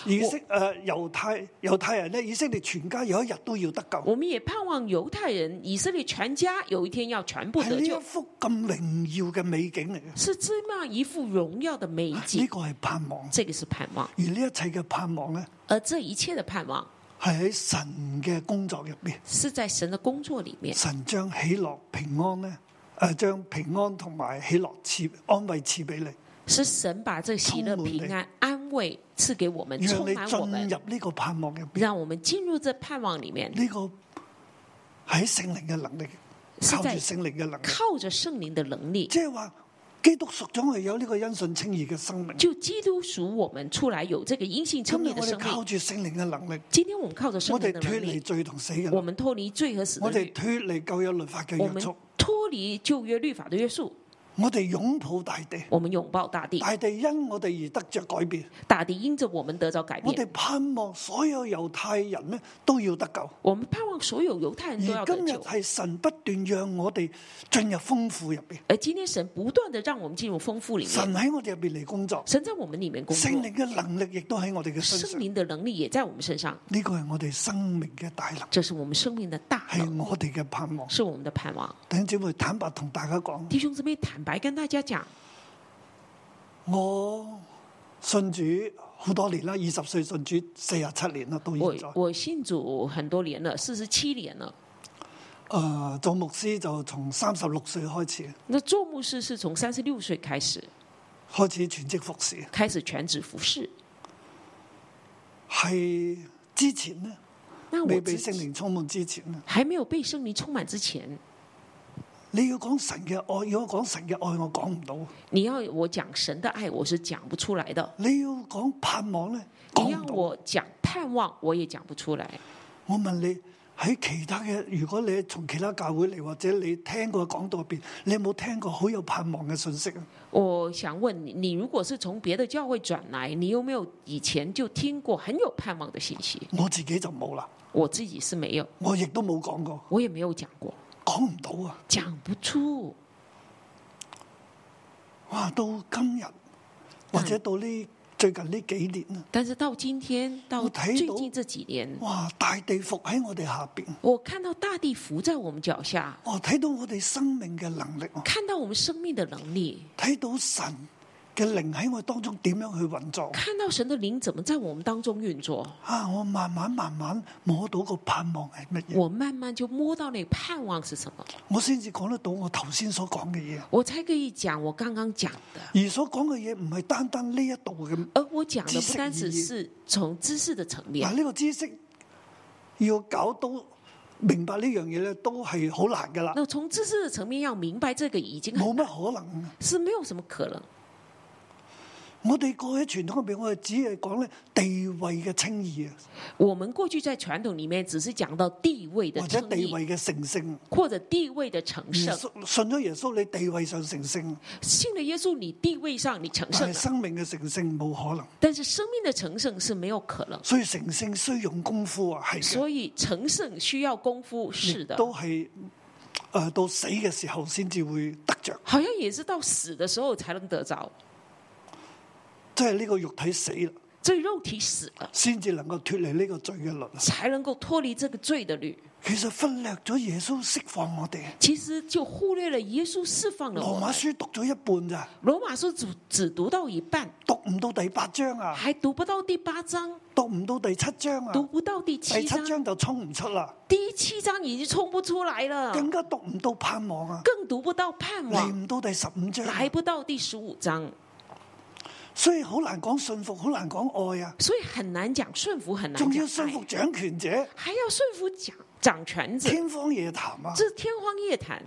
以色誒猶太猶太人咧，以色列全家有一日都要得救。我们也盼望犹太人、以色列全家有一天要全部係得呢一救，幅咁榮耀嘅美景嚟嘅，是这样一幅荣耀的美呢景。個係盼望。这个是盼望，而呢一切嘅盼望咧，而这一切的盼望係喺神嘅工作入邊，是在神的工作里面。神將喜樂平安咧，誒、呃、將平安同埋喜樂賜安慰賜俾你，是神把这喜乐、充满你平安、安慰赐给我们，讓充你满我進们，入呢個盼望入邊。让我们进入这盼望里面，呢個喺聖靈嘅能力，是靠住在聖靈嘅能力，靠着圣灵的能力，即係話基督屬咗我哋有呢個因信稱義嘅生命。就基督属我们出来有这个阴性今称日义的我哋生靠命。住聖靈嘅能力，今天我们靠着圣我灵哋的脱能離力，罪同死嘅我能力，们脱离罪和死的我哋律，脱離舊約律法嘅我们約束，脱离旧约律法的约束，我哋擁抱大地，我们拥抱大地，大地因我哋而得着改變。大地因着我们得着改我哋变。盼望所有猶太人呢都要得救，我们盼望所有犹太人都要而得今日救，係神不斷讓我哋進入豐富入邊，而今天神不断的让我们进入丰富里神面，喺我哋入邊嚟工作，神在我们里面工作聖，靈嘅能力亦都喺我哋嘅身上圣。灵的能力也在我们身上，呢個係我哋生命嘅大能，这是我们生命的大係能，我哋嘅盼望。是我们的盼望。弟兄姊妹，坦白同大家講，弟兄姊妹，坦白跟大家讲，我信主好多年啦，二十歲信主四十七年啦，到我現在。我信主很多年了，四十七年了。诶、呃做牧師就從三十六歲開始，那做牧师是从三十六岁开始，開始全職服侍。开始全职服侍。係之前呢，那未我被之聖靈充滿之前呢，还没有被圣灵充满之前，你要講神嘅愛，如果講神嘅愛，我講唔到；你要我讲神的愛，我是讲不出來的；你要講盼望咧，你講要唔到。我讲盼望，我也讲不出來。我問你喺其他嘅，如果你從其他教會嚟，或者你聽過講道入邊，你有冇聽過好有盼望嘅信息啊？我想問你，你如果是從別的教會轉來，你有沒有以前就聽過很有盼望的信息？我自己就冇啦，我自己是沒有，我亦都冇講過，我也沒有講過，講唔到啊！講不出。哇，到今日或嗯者到呢最近呢幾年啊，但是到今天，到我睇最到近這幾年，哇，大地伏喺我哋下邊，我看到大地伏在我們腳下，我睇到我哋生命嘅能力啊喎，看到我們生命的能力，睇到神嘅靈喺我當中點樣去運作。看到神的靈怎麼在我們當中運作。啊！我慢慢慢慢摸到個盼望係乜嘢，我慢慢就摸到那盼望是什麼，我先至講得到我頭先所講嘅嘢。我才可以講我剛剛講的。而所講嘅嘢唔係單單呢一度嘅，嗱而我講的知不識單只意義是從知識的層面呢、，個知識要搞到明白呢樣嘢咧，都係好難噶啦，那從知識的層面要明白這個已經冇很乜可能啊。是沒有什麼可能。我哋過去傳統入邊，我哋只係講咧地位嘅稱義啊，我們過去在傳統裡面只是講到地位的或者稱地義，位嘅成聖。或者地位的成耶聖。穌信咗耶穌，你地位上成聖，信了耶穌，你地位上你成聖但係了，生命嘅成聖冇可能。但是生命的成聖是沒有可能。所以成聖需用功夫啊，係嘅所以成聖需要功夫，是的，都係誒、呃到死嘅時候先至會得着，好像也是到死的時候才能得着。即係呢個肉體死啦，這肉體死了，先至能夠脱離呢個罪嘅律啊。才能夠脫離這個罪的律。其實忽略咗耶穌釋放我哋，其實就忽略了耶穌釋放了我羅馬們。書讀咗一半咋，羅馬書只只讀到一半，讀唔到第八章啊，還讀不到第八章，讀唔到第七章啊，哎讀不到第第七七章，章就衝唔出啦，第七章已經衝不出來了，更加讀唔到盼望啊，啊更讀不到盼嚟望，唔到第十五章啊，來不到第十五章，所以好難講信服，好難講愛啊，所以很難講順服，很難仲要講信服愛，掌權者，還要順服掌掌權者，天方夜譚啊這，是天方夜譚。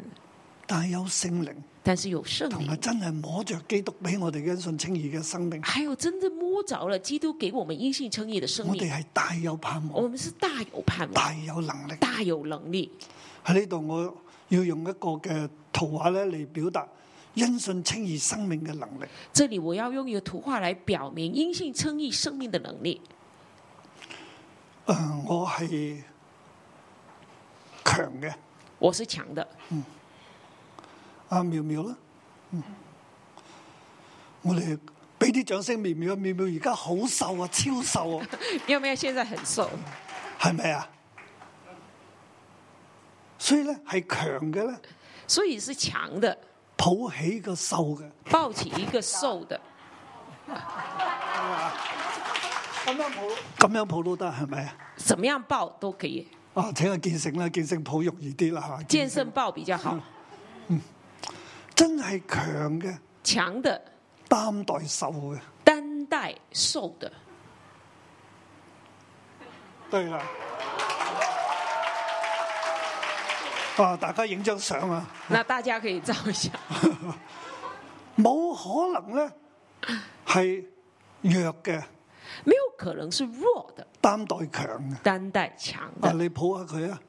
但係有聖靈。但是有聖同埋靈，真係摸着基督俾我哋嘅恩信稱義嘅生命，還有真正摸着了基督給我們因信稱義的生我命，哋係大有盼我望，們是大有盼望，大有能力。大有能力。喺呢度我要用一個嘅圖畫咧嚟表達因信稱義生命嘅能力。这裡我要用一個圖畫來表明因信稱義生命的能力。诶、我係強嘅， 我是強的，阿妙妙啦，嗯，我哋俾啲掌聲妙妙啊，妙妙而家好瘦啊，超瘦啊，要不要現在很瘦？係咪啊？所以咧係強嘅咧，所以是強的，抱起個瘦嘅。抱起一個瘦的，咁樣抱，咁樣抱都得係咪啊？怎麼樣抱都可以，啊，請阿建成啦，建成抱容易啲啦，係嘛？健身抱比較好。真係強嘅，強的擔待瘦嘅，擔待瘦的，對啦。啊！大家影張相啊，那大家可以照一下，冇可能咧係弱嘅沒有可能是弱的，擔待強嘅。擔待強啊，的。你抱下佢啊！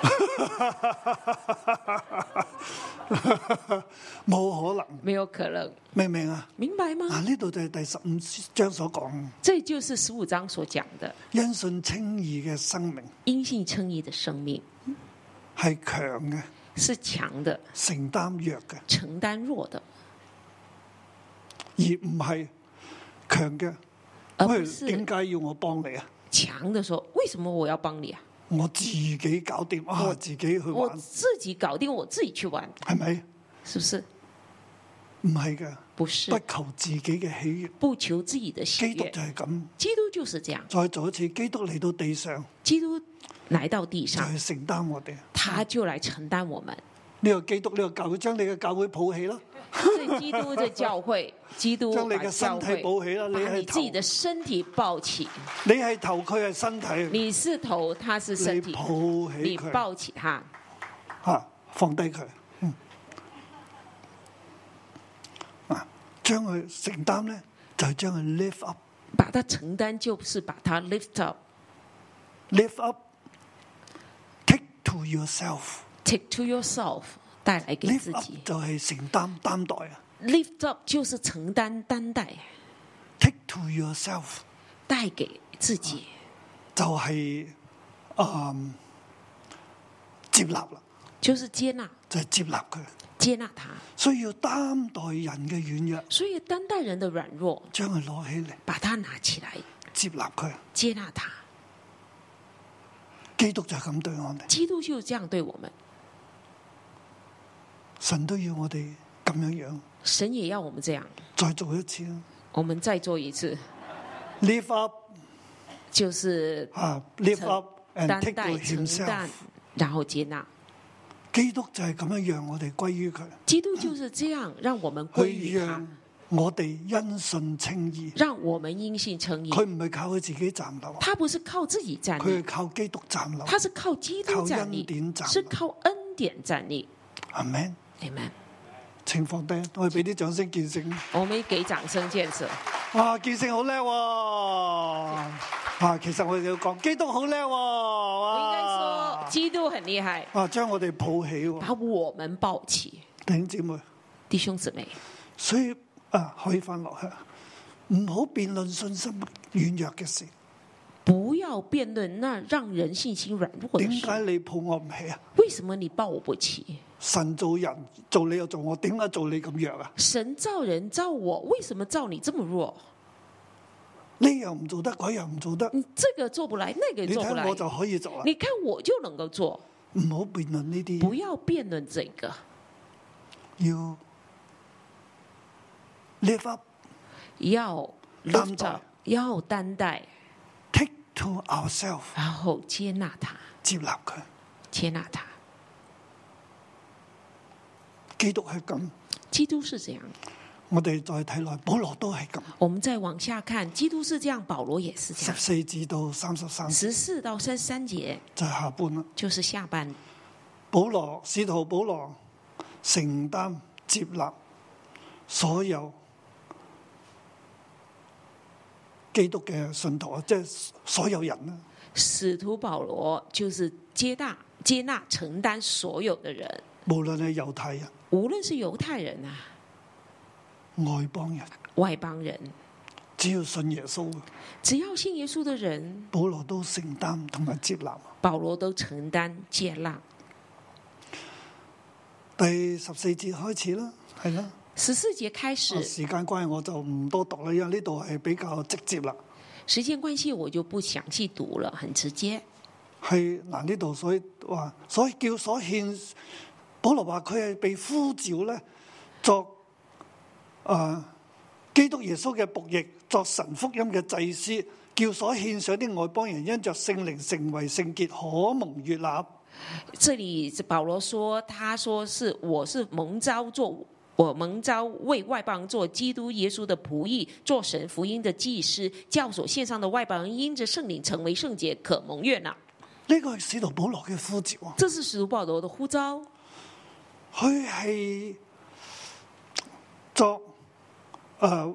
冇可能，沒有可能，明唔明啊？明白嗱，嗎？呢度就係第十五章所講這就是十五章所講的因信稱義嘅生命因信稱義的生命係強嘅，是強的，承擔弱嘅，承擔弱的，而唔係強嘅。而喂啊不，是點解要我幫你啊？強的說：“為什麼我要幫你啊？我自己搞掂啊，自己去我玩，自己搞定，我自己去玩，係咪？是不是？唔係嘅，不是，不求自己嘅喜悦。不求自己的喜基督悅就。係咁。基督就是這樣，再做一次，基督嚟到地上基督來到地就上，去承擔我哋。他就來承擔我們。呢個基督，呢個教會，將你嘅教會抱起啦，所以基督的教 會，基督將你 Oh，把嘅教身體會，抱起啦。你把你係自頭，己的身體抱起，你係頭，佢係身體，你是頭，他是身你體，抱起你佢。抱起他，吓，放低佢，嗯，啊，將佢承擔咧，就係將佢 lift up，lift 把它承担就是把它 lift up，take up，take to yourself，lift to yourself，带来给自 up 己就係承擔擔待啊，lift up 就是承担担待， ，take to yourself 带给自己，啊就係、嗯接納啦，就是接纳就係、接納佢，接纳他。所以要擔待人嘅軟弱，所以担待人的软弱，將佢攞起嚟把它拿起来，接納佢。接纳他。基督就係咁對我哋，基督就是这样对我们，神都要我哋咁樣樣。神也要我们这样。再做一次啦我们再做一次， ，live up 就是啊，live 承 up 担 and take 待、 to 承担 himself。，然后接纳。基督就係咁樣讓我哋歸於佢，基督就是这样，让我们归佢于他讓，我哋因信稱義。让我们因信称义。佢唔係靠佢自己站立，啊他不是靠自己站佢係立，靠基督站立。他是靠基督站靠恩典立，站立是靠恩典站立。阿 man， Amen。情況第一，我哋俾啲掌聲見證。我们给掌声建设。哇，見證好叻喎！啊，其實我哋要講基督好叻喎！啊我应该哇说，基督很厉害，啊，將我哋抱起喎，把我们抱起，弟兄姊妹。弟兄姊妹。所以啊，可以翻落去，唔好辯論信心軟弱嘅事。不要辩论那让人信心软弱點的解事。你抱我唔起啊？为什么你抱我不起？神做人，做你又做我，點解做你咁弱啊？神造人造我，为什么造你这么弱？呢樣唔做得，嗰樣唔做得，你这个做不来，那个也你做不来睇我。就可以做啦。你看我就能够做，唔好辯論呢啲不，要辩论这个，要 live up, 要担 lift 待 up，要担待， take to ourselves，然后接纳他，接納佢。接纳他。基督係咁，基督是这样，我哋再睇落，保羅都係咁。我们再往下看，基督是这样，保罗也是这十样。四至到三十三十四到三十三节就係下半啦。就是下半，保羅使徒保羅承擔接納所有基督嘅信徒啊，即係所有人啦。使徒保罗就是接纳、接纳、承担所有的人，無論係猶太人、无论是犹太人啊、外邦人，外邦人，只要信耶穌嘅，只要信耶稣的人，保羅都承擔同埋接納。保罗都承担接纳。第十四節開始啦，係啦。十四节开始啊，時間關係，我就唔多讀啦，因為呢度係比較直接啦。时间关系，我就不详细读了，很直接。係嗱呢度，所以話，所以叫所獻，保羅話佢係被呼召咧，作啊、呃基督耶穌嘅仆役，作神福音嘅祭司，叫所獻上啲外邦人因着聖靈成為聖潔，可蒙悅納。这里保罗说，他说是我是蒙召做。我蒙召为外邦做基督耶稣的仆役，做神福音的祭司，教所献上的外邦人因着圣灵成为圣洁，可蒙悦纳。呢個係使徒保羅嘅呼召啊！这是使徒保罗的呼召，佢係作诶、呃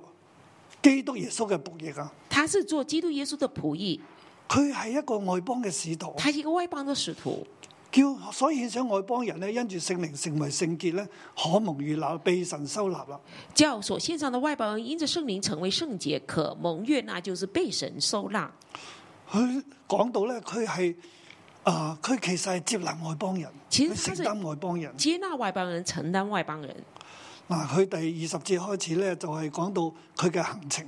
基督耶穌嘅仆役啊！他是做基督耶稣的仆役，佢係一個外邦嘅使徒啊。他是一个外邦的使徒，叫所以想外邦人咧，因住聖靈成為聖潔咧，可蒙預納，被神收納啦。教所献上的外邦人因着圣灵成为圣洁，可蒙悦纳，就是被神收纳。佢講到咧，佢係啊，佢、其實係接納外邦人，其實佢承他是擔外邦人。接纳外邦人，承担外邦人。嗱、佢第二十節開始咧，就係、講到佢嘅行程，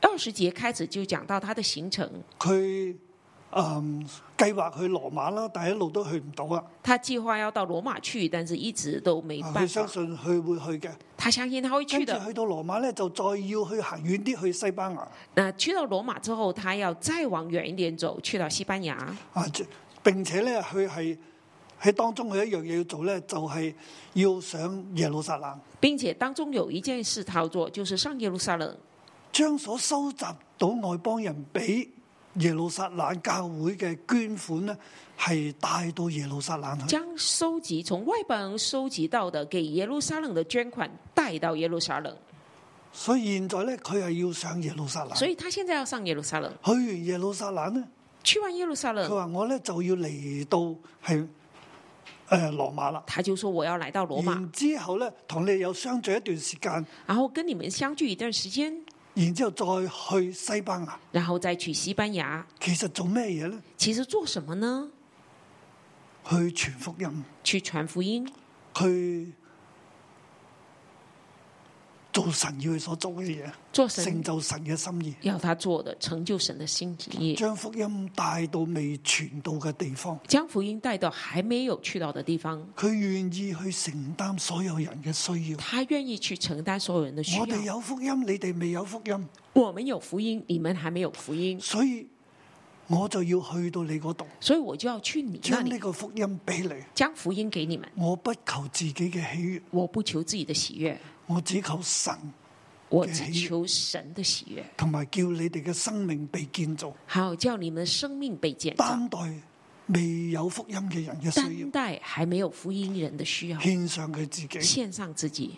二十节开始就讲到他的行程，佢嗯計劃去羅馬啦，但係一路都去唔到啊。他计划要到罗马去，但是一直都没啊办佢相法。信佢會去嘅，他相信他会去跟住的。去到羅馬咧，就再要去行遠啲去西班牙那去到罗马之后，他要再往远一点走，去到西班牙。啊，即並且咧，佢係喺當中佢一樣嘢要做咧，就係、要上耶路撒冷，并且当中有一件事他要做，就是上耶路撒冷，將所收集到外邦人俾耶路撒冷教會嘅捐款呢，係帶到耶路撒冷去。将收集从外邦收集到的给耶路撒冷的捐款带到耶路撒冷，所以現在呢，佢係要上耶路撒冷。所以他现在要上耶路撒冷。去完耶路撒冷呢，去完耶路撒佢冷，話我呢就要嚟到係誒羅馬啦。他就说我要来到罗马，然之後呢，同你有相聚一段時間，然后跟你们相聚一段时间，然之後再去西班牙。然后再去西班牙。其實做咩嘢呢？其实做什么呢？去傳福音，去传福音，去做神要佢所做嘅嘢，做成神就神嘅心意。要他做的，成就神的心意，将福音帶到未傳到嘅地方，将福音带到还没有去到的地方。佢願意去承擔所有人嘅需要。他愿意去承担所有人的需我哋要。有福音，你哋未有福音，我们有福音，你们还没有福音，所以我就要去到你嗰度，所以我就要去你那將呢里，個福音俾你。将福音给你们。我不求自己嘅喜悦，我不求自己的喜悦，我只求神，我给只求神的喜悦。同埋叫你哋嘅生命被建造，好，叫你们的生命被建造，擔待未有福音嘅人嘅需担要，待还没有福音人的需要，獻上佢自己。献上自己。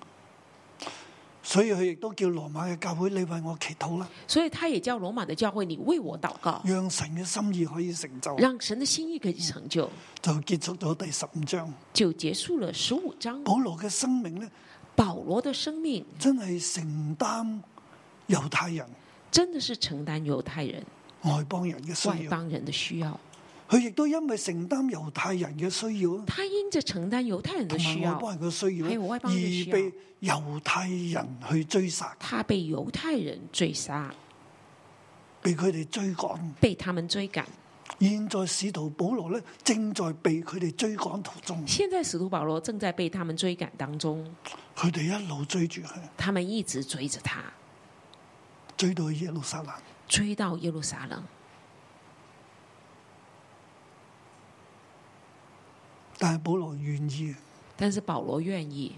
所以佢亦都叫羅馬嘅教會，你為我祈禱啦，所以他也叫罗马的教会，你为我祷告，讓神嘅心意可以成就。让神的心意可以成就。就結束咗第十五章。就结束了十五章，保羅嘅生命呢，保罗的生命真係承擔猶太人、真的是承担犹太人、外邦人嘅外需要。邦人的需要。佢亦都因為承擔猶太人嘅需要啊，他因着承担犹太人的同埋需外要，邦人嘅需要還有外啊，邦而人嘅需要被猶太人去追殺，他被犹太人追杀，被佢哋追趕。被他们追赶。現在使徒保羅呢，正在被佢哋追趕途中，现在使徒保罗正在被他们追赶当中，佢哋一路追住佢，他们一直追着他，追到耶路撒冷。追到耶路撒冷。但係保羅願意，但是保罗愿意，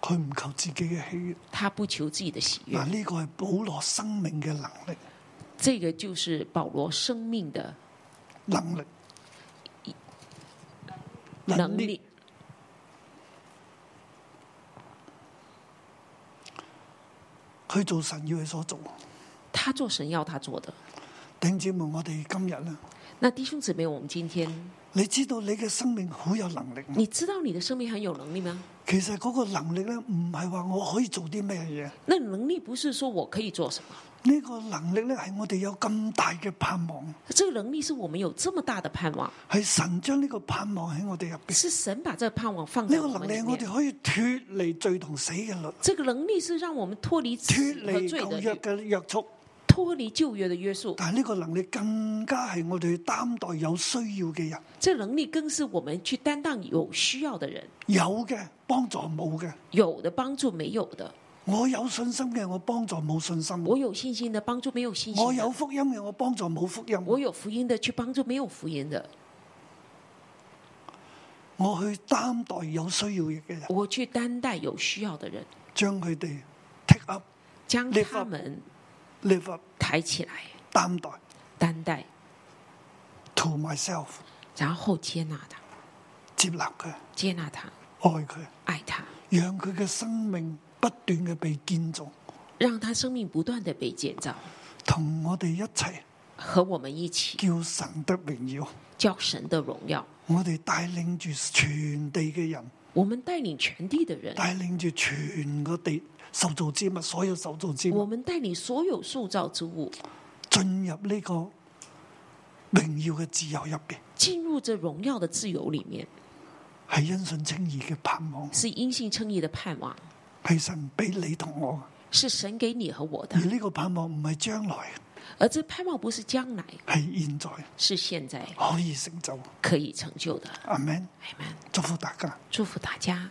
佢唔求自己嘅喜悦。他不求自己的喜悦嗱，。呢個係保羅生命嘅能力，这个就是保罗生命的能力，能力。去做神要佢所做。他做神要他做的。弟兄姊妹，我哋今日咧，那弟兄姊妹，我们今天，你知道你嘅生命好有能力，你知道你的生命很有能力吗？其實嗰個能力咧，唔係話我可以做啲咩嘢，那能力不是说我可以做什么，呢、個能力咧係我哋有咁大嘅盼望，这个能力是我们有这么大的盼望，係神將呢個盼望喺我哋入邊。是神把这个盼望放呢、在個我能们力里係我面哋。可以脱離罪同死嘅律，这个能力是让我们脱离死脱和離罪舊的約约，嘅約束。脱离旧约的约束。但係呢個能力更加係我哋去擔待有需要嘅人，这能力更是我们去担当有需要的人，有嘅幫助冇嘅，有的帮助没有的，我有信心嘅我幫助冇信心嘅，我有信心的帮助没有信我心有的，福音嘅我幫助冇福音，我有福音的去帮助没有福音的，我去擔待有需要嘅人，我去担待有需要的人，將佢哋 take up 将 Lift 他 up 们 live up 抬起来，擔待担待， to myself 然后接纳他，接納佢，接纳他，愛佢，爱他，讓佢嘅生命不斷嘅被建造，让他生命不断的被建造，同我哋一齊和我们一起叫神得榮耀。叫神的荣耀。我哋帶領住全地嘅人，我们带领全地的人，帶領住全個地受造之物，所有受造之我物们带领所有塑造之物進入呢個榮耀嘅自由入邊，进入这荣耀的自由里面，係因信稱義嘅盼望，是因信称义的盼望，係神俾你同我嘅。是神给你和我的而。呢個盼望唔係將來，而这盼望不是将来，係現在是现在可以成就。可以成就的。阿 Man，阿门。祝福大家。祝福大家。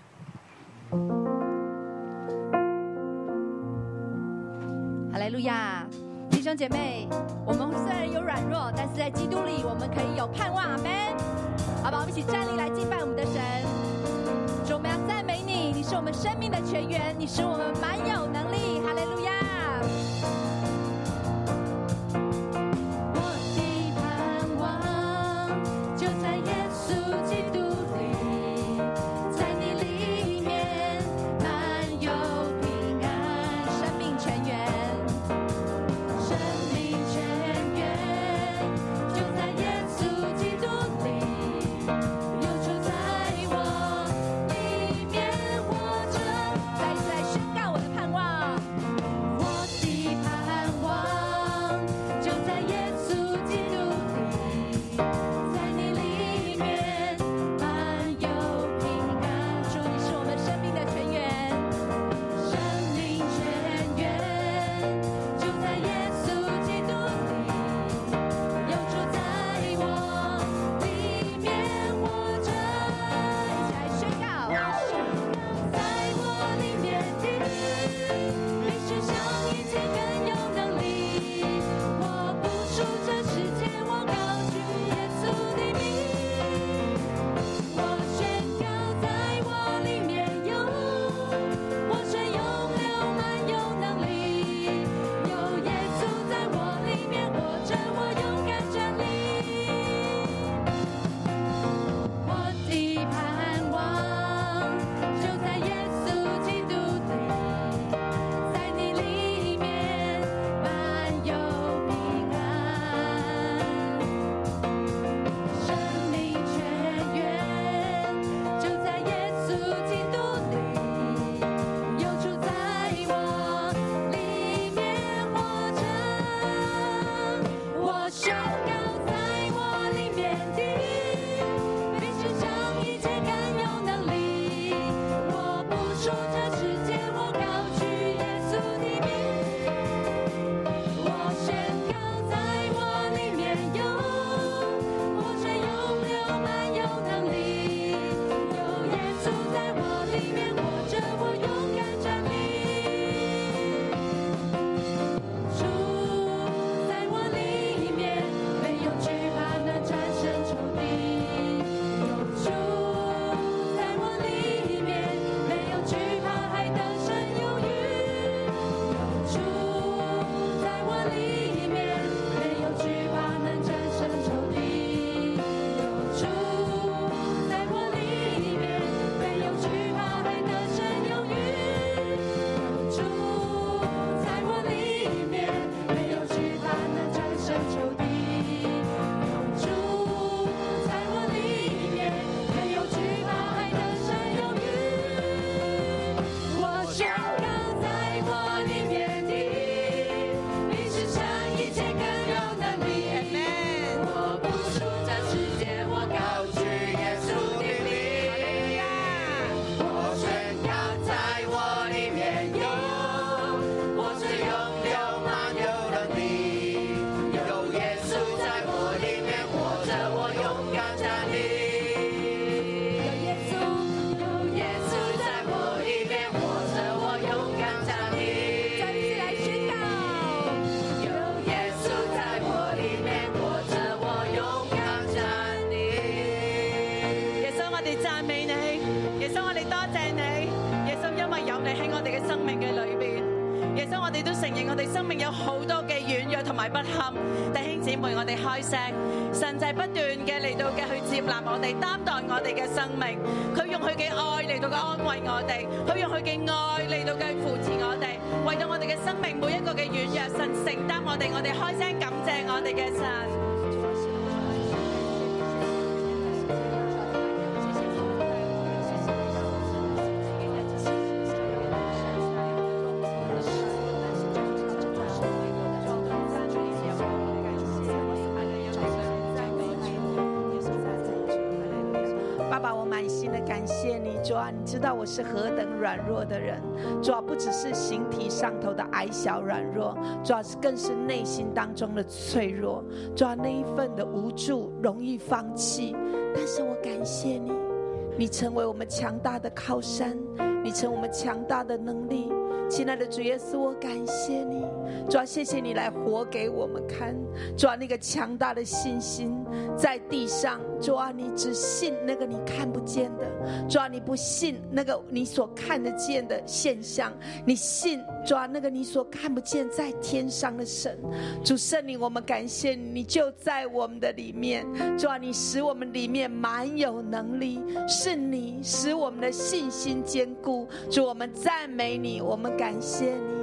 哈利路亚，弟兄姐妹，我们虽然有软弱，但是在基督里，我们可以有盼望。阿门。好吧，我们一起站立来敬拜我们的神。主，我们要赞美你，你是我们生命的泉源，你使我们满有能力。哈利路亚。我的喺我哋嘅生命嘅裏邊。耶穌，我哋都承認我哋生命有好多嘅軟弱同埋不堪。弟兄姊妹，我哋開聲，神就係不斷嘅嚟到嘅去接納我哋，擔待我哋嘅生命。佢用佢嘅愛嚟到嘅安慰我哋，佢用佢嘅愛嚟到嘅扶持我哋，為到我哋嘅生命每一個嘅軟弱，神承擔我哋，我哋開聲感謝我哋嘅神。爸爸，我满心的感谢你，主啊，你知道我是何等软弱的人，主啊，不只是形体上头的矮小软弱，主啊，更是内心当中的脆弱，主啊，那一份的无助，容易放弃，但是我感谢你，你成为我们强大的靠山，你成为我们强大的能力。亲爱的主耶稣，我感谢你，主啊，谢谢你来活给我们看，主啊，那个强大的信心在地上，主啊，你只信那个你看不见的，主啊，你不信那个你所看得见的现象，你信主啊，那个你所看不见在天上的神，主圣灵，我们感谢你，你就在我们的里面，主啊，你使我们里面满有能力，是你使我们的信心坚固，主，我们赞美你，我们感谢你。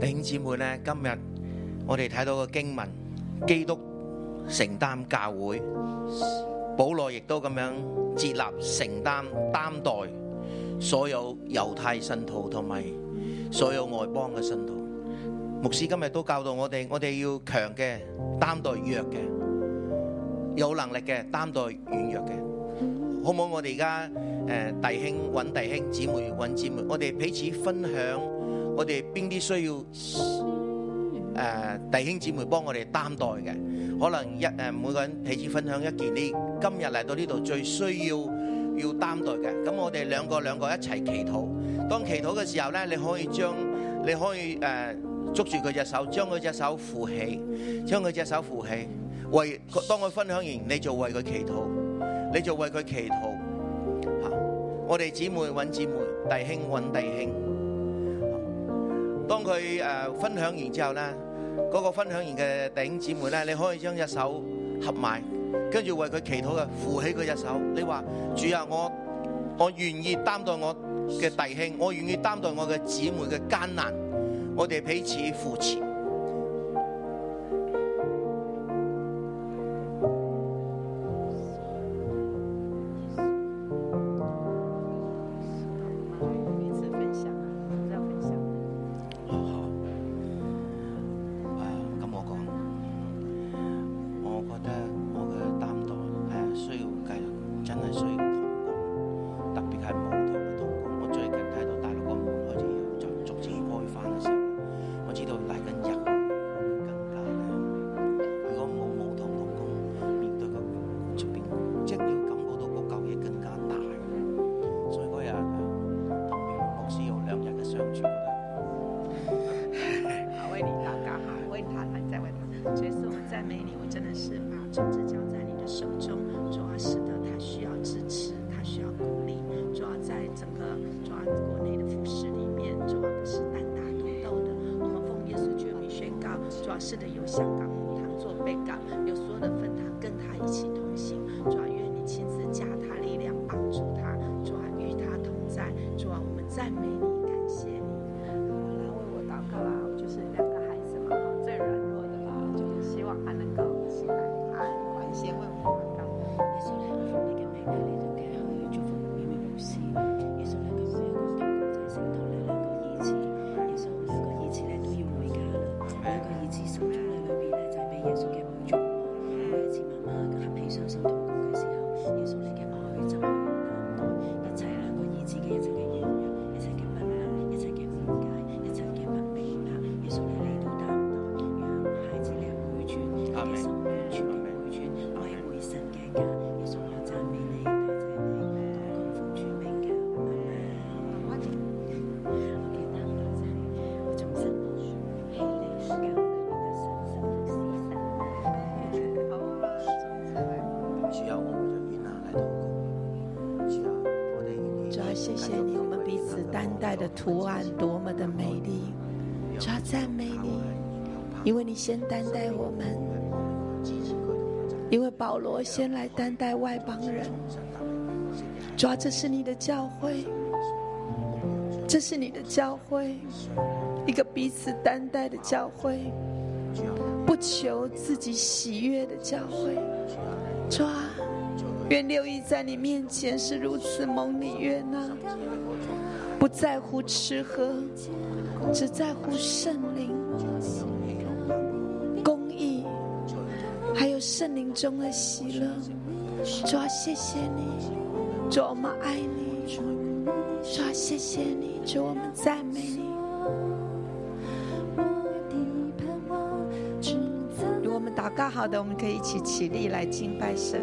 弟兄姊妹咧，今日我哋睇到個經文，基督承擔教會，保羅亦都咁樣接納承擔擔待所有猶太信徒同埋所有外邦嘅信徒。牧師今日都教導我哋，我哋要強嘅擔待弱嘅，有能力嘅擔待軟弱嘅，好唔好？我哋而家誒弟兄揾弟兄，姊妹揾姊妹，我哋彼此分享。我哋邊啲需要誒、呃弟兄姊妹幫我哋擔待嘅，可能一誒、呃每個人彼此分享一件你今日嚟到呢度最需要要擔待嘅，咁我哋兩個兩個一齊祈禱。當祈禱嘅時候咧，你可以將你可以誒、呃捉住佢隻手，將佢隻手扶起，將佢隻手扶起，為當佢分享完，你就為佢祈禱，你就為佢祈禱。嚇我哋姊妹揾姊妹，弟兄揾弟兄。當佢誒分享完之後咧，嗰、個分享完嘅弟兄姊妹咧，你可以將隻手合埋，跟住為佢祈禱嘅，扶起佢隻手。你話：主啊，我我願意擔待我嘅弟兄，我願意擔待我嘅姊妹嘅艱難，我哋彼此扶持。哦啊，咁我講，我覺得我嘅擔當誒需要繼續，真係需要同工，特別係舞台嘅同工。我最近睇到大陸個門開始就逐漸開翻嘅時候，我知道嚟緊日會更加咧。如果冇舞台同工，面對個出邊，即係要感覺到個舊嘢更加大。所以嗰日誒同苗牧師有兩日嘅相處。好，为你祷告，好，为他来再为他。所以说我赞美你，我真的是把种子交在你的手中，主要使得他需要支持，他需要鼓励，主要在整个主要国内的服饰里面，主要不是单打独斗的。我们奉耶稣之名宣告，主要是的有香港母堂做被告，有所有的分堂跟他一起同行，主要愿你亲自加他力量，帮助他，主要与他同在，主要我们赞美你，感谢你。来为我祷告啦，我就是两个孩子嘛，最软弱的啦，就是希望他能够起来，啊，感谢为我祷告。耶穌咧，我奉你嘅名咧嚟到嘅去祝福每位牧師。耶穌咧，佢每一個基督徒聖徒咧，兩個兒子，耶穌兩個兒子咧都要回家啦。兩個兒子心中咧裏邊咧就係主啊，谢谢你，我们彼此担待的图案多么的美丽。主啊，赞美你，因为你先担待我们，因为保罗先来担待外邦人。主啊，这是你的教会，这是你的教会，一个彼此担待的教会，不求自己喜悦的教会。主啊，愿六一在你面前是如此蒙你悦纳，不在乎吃喝，只在乎圣灵、公义，还有圣灵中的喜乐。主啊，谢谢你，主啊我们爱你，主啊，谢谢你，主啊我们赞美你。如果我们祷告好的，我们可以一起起立来敬拜神。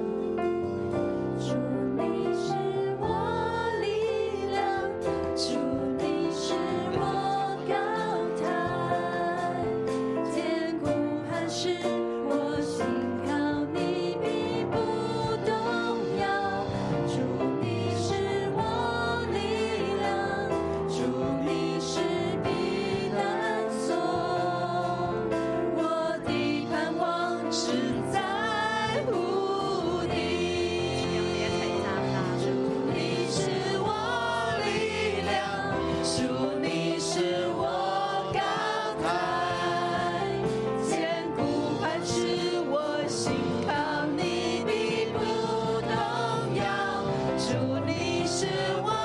主你是我力量，主你是我高台，艰苦寒时我信靠你必不动摇。主你是我力量，主你是避难所，我的盼望只在乎你。主你是我力量，主你是我高台，坚固磐石，我信靠你必不动摇。主你是我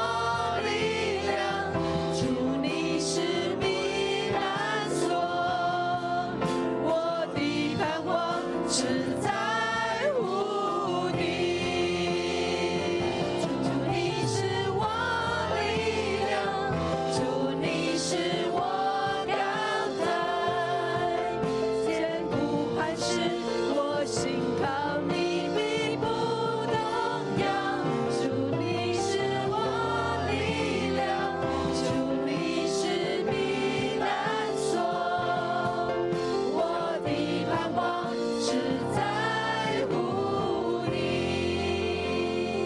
力量，主你是避难所，我的盼望只在乎你。主你是我力量，主你是我高台，坚固磐石，我信靠你必不动摇。主你是我力量，主你是避难所，我的盼望只在乎你。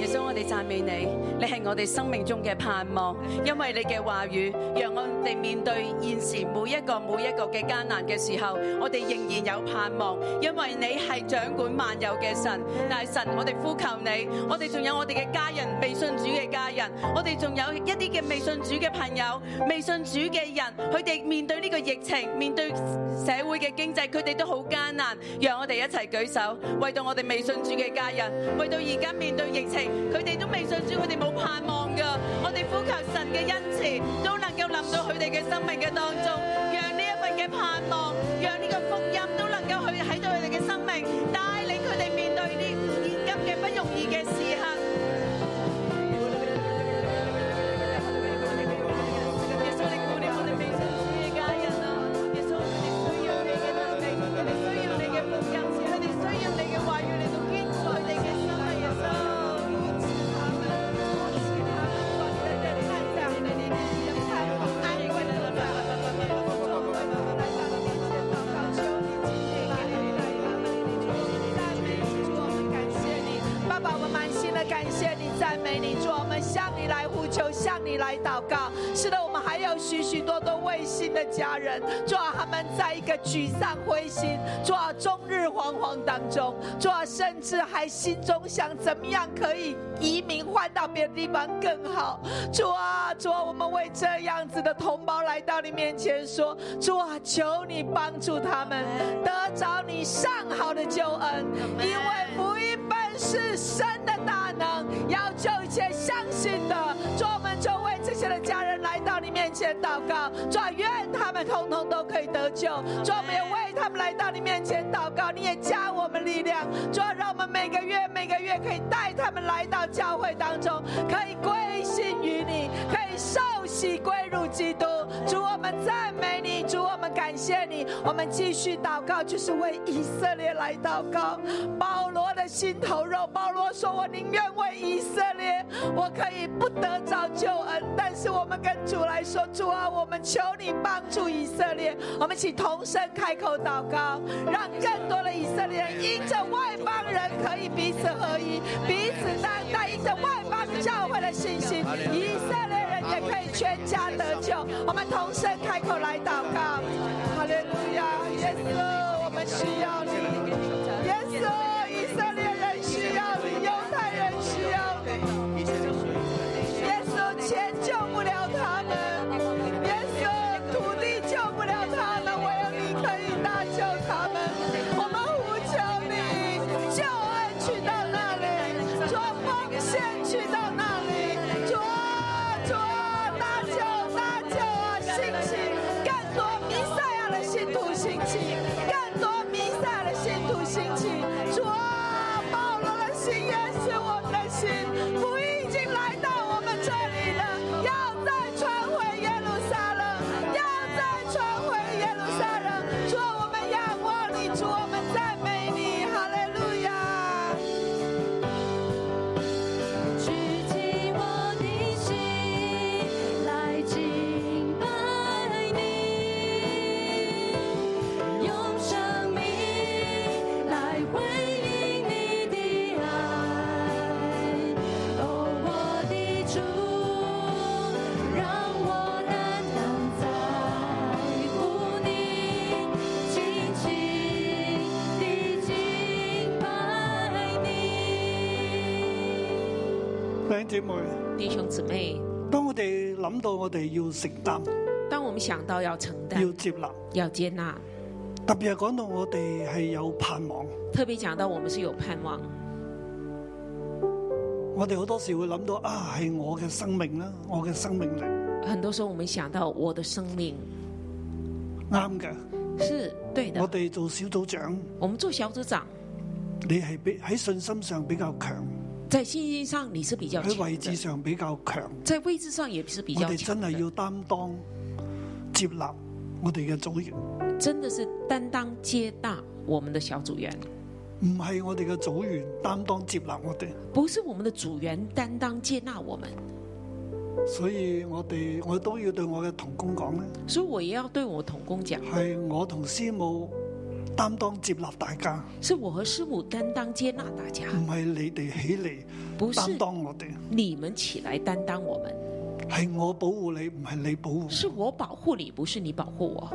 耶稣，我哋赞美你，你系我哋生命中嘅盼望，因为你嘅话语，让我哋面对现时每一个每一个嘅艰难嘅时候，我哋仍然有盼望，因为你系掌管万有嘅神。但系神，我哋呼求你，我哋仲有我哋嘅家人，未信主嘅家人，我哋仲有一啲嘅未信主嘅朋友，未信主嘅人，佢哋面对呢个疫情，面对社会嘅经济，佢哋都好艰难。让我哋一齐举手，为到我哋未信主嘅家人，为到而家面对疫情，佢哋都未信主，佢哋冇盼望噶。我哋呼求神嘅恩慈，都能够临到佢哋嘅生命嘅当中，让呢一份嘅盼望，让呢个福音都能够去喺到佢哋嘅生命，带领佢哋面对呢现今嘅不容易嘅时刻。耶穌，你顧念我哋未信主嘅家人啊！耶穌，佢哋需要你嘅能力，佢哋需要你嘅福音，佢哋需要你嘅話語嚟到堅固佢哋嘅心啊！耶穌，爸爸，我们满心的感谢你，赞美你，主，我们向你来呼求，向你来祷告。是的，我们还有许许多多未信的家人，主啊，他们在一个沮丧灰心，主啊，终日惶惶当中，主啊，甚至还心中想怎么样可以移民换到别的地方更好。主啊，主啊，我们为这样子的同胞来到你面前说，主啊，求你帮助他们得着你上好的救恩，因为福音本是神的大能，要救一切相信的。主啊，我们就为这些的家人来到你面前祷告，主啊，愿他们通通都可以得救。主啊，我们也为他们来到你面前祷告，你也加我们力量。主啊，让我们每个月每个月可以带他们来到教会当中，可以归信于你，可以受洗归入基督。主，我们赞美你，主，我们感谢你。我们继续祷告，就是为以色列来祷告。保罗的心头肉，保罗说：“我宁愿为以色列，我可以不得着救恩，但是我们跟主来说，主啊，我们求你帮助以色列。”我们一起同声开口祷告，让更多的以色列人因着外邦人可以彼此合一，彼此担待，因着外邦教会的信心，以为全家得救。我们同声开口来祷告，哈利路亚，耶稣，我们需要你，耶稣，以色列人需要你，犹太人需要你。耶稣，钱救不了他们，耶稣，土地救不了他们，唯有你可以搭救他们。我们呼求你，救恩去到那里，主奉献去到那里，主啊主搭救搭救啊，兴起更多弥赛亚的信徒兴起，更多弥赛亚的信徒兴起，主啊，保罗的心也是我们的心，福音已经来到我们这里了，啊要再传回耶路撒冷，要再传回耶路撒冷。主，啊我们仰望你，主，我们赞美你，哈利路亚。举起我的心来敬拜你，用生命来回应你的爱。哦，我的主，让我单单在乎你，轻轻地敬拜你。弟兄姊妹，弟兄姊妹，當我哋諗到我哋要承擔、当我们想到要承担要、接納，要接纳，特別係講到我哋係有盼望，特别讲到我们是有盼望，我哋好多時會諗到啊，係我嘅生命啦，我嘅生命力很多时候我们想到我的生命啱嘅。是对的我。哋做小組長，我们做小组长，你係比喺信心上比較強，在信心上你是比较喺强位置的，上比較強。在位置上也是比我较哋强真的係。要擔當接納我哋嘅組員，真的是担当接纳我们的小组员，唔係我哋嘅組員擔當接納我哋。不是我们的组员担当接纳我们。所以我哋我都要對我嘅同工講咧，所以我也要对我同工讲，係我同師母擔當接納大家，是我和师母担当接纳大家，唔係你哋起嚟不是擔當我哋，你们起来担当我们，係我保護你，唔係你保護是我。我保护你，不是你保护我。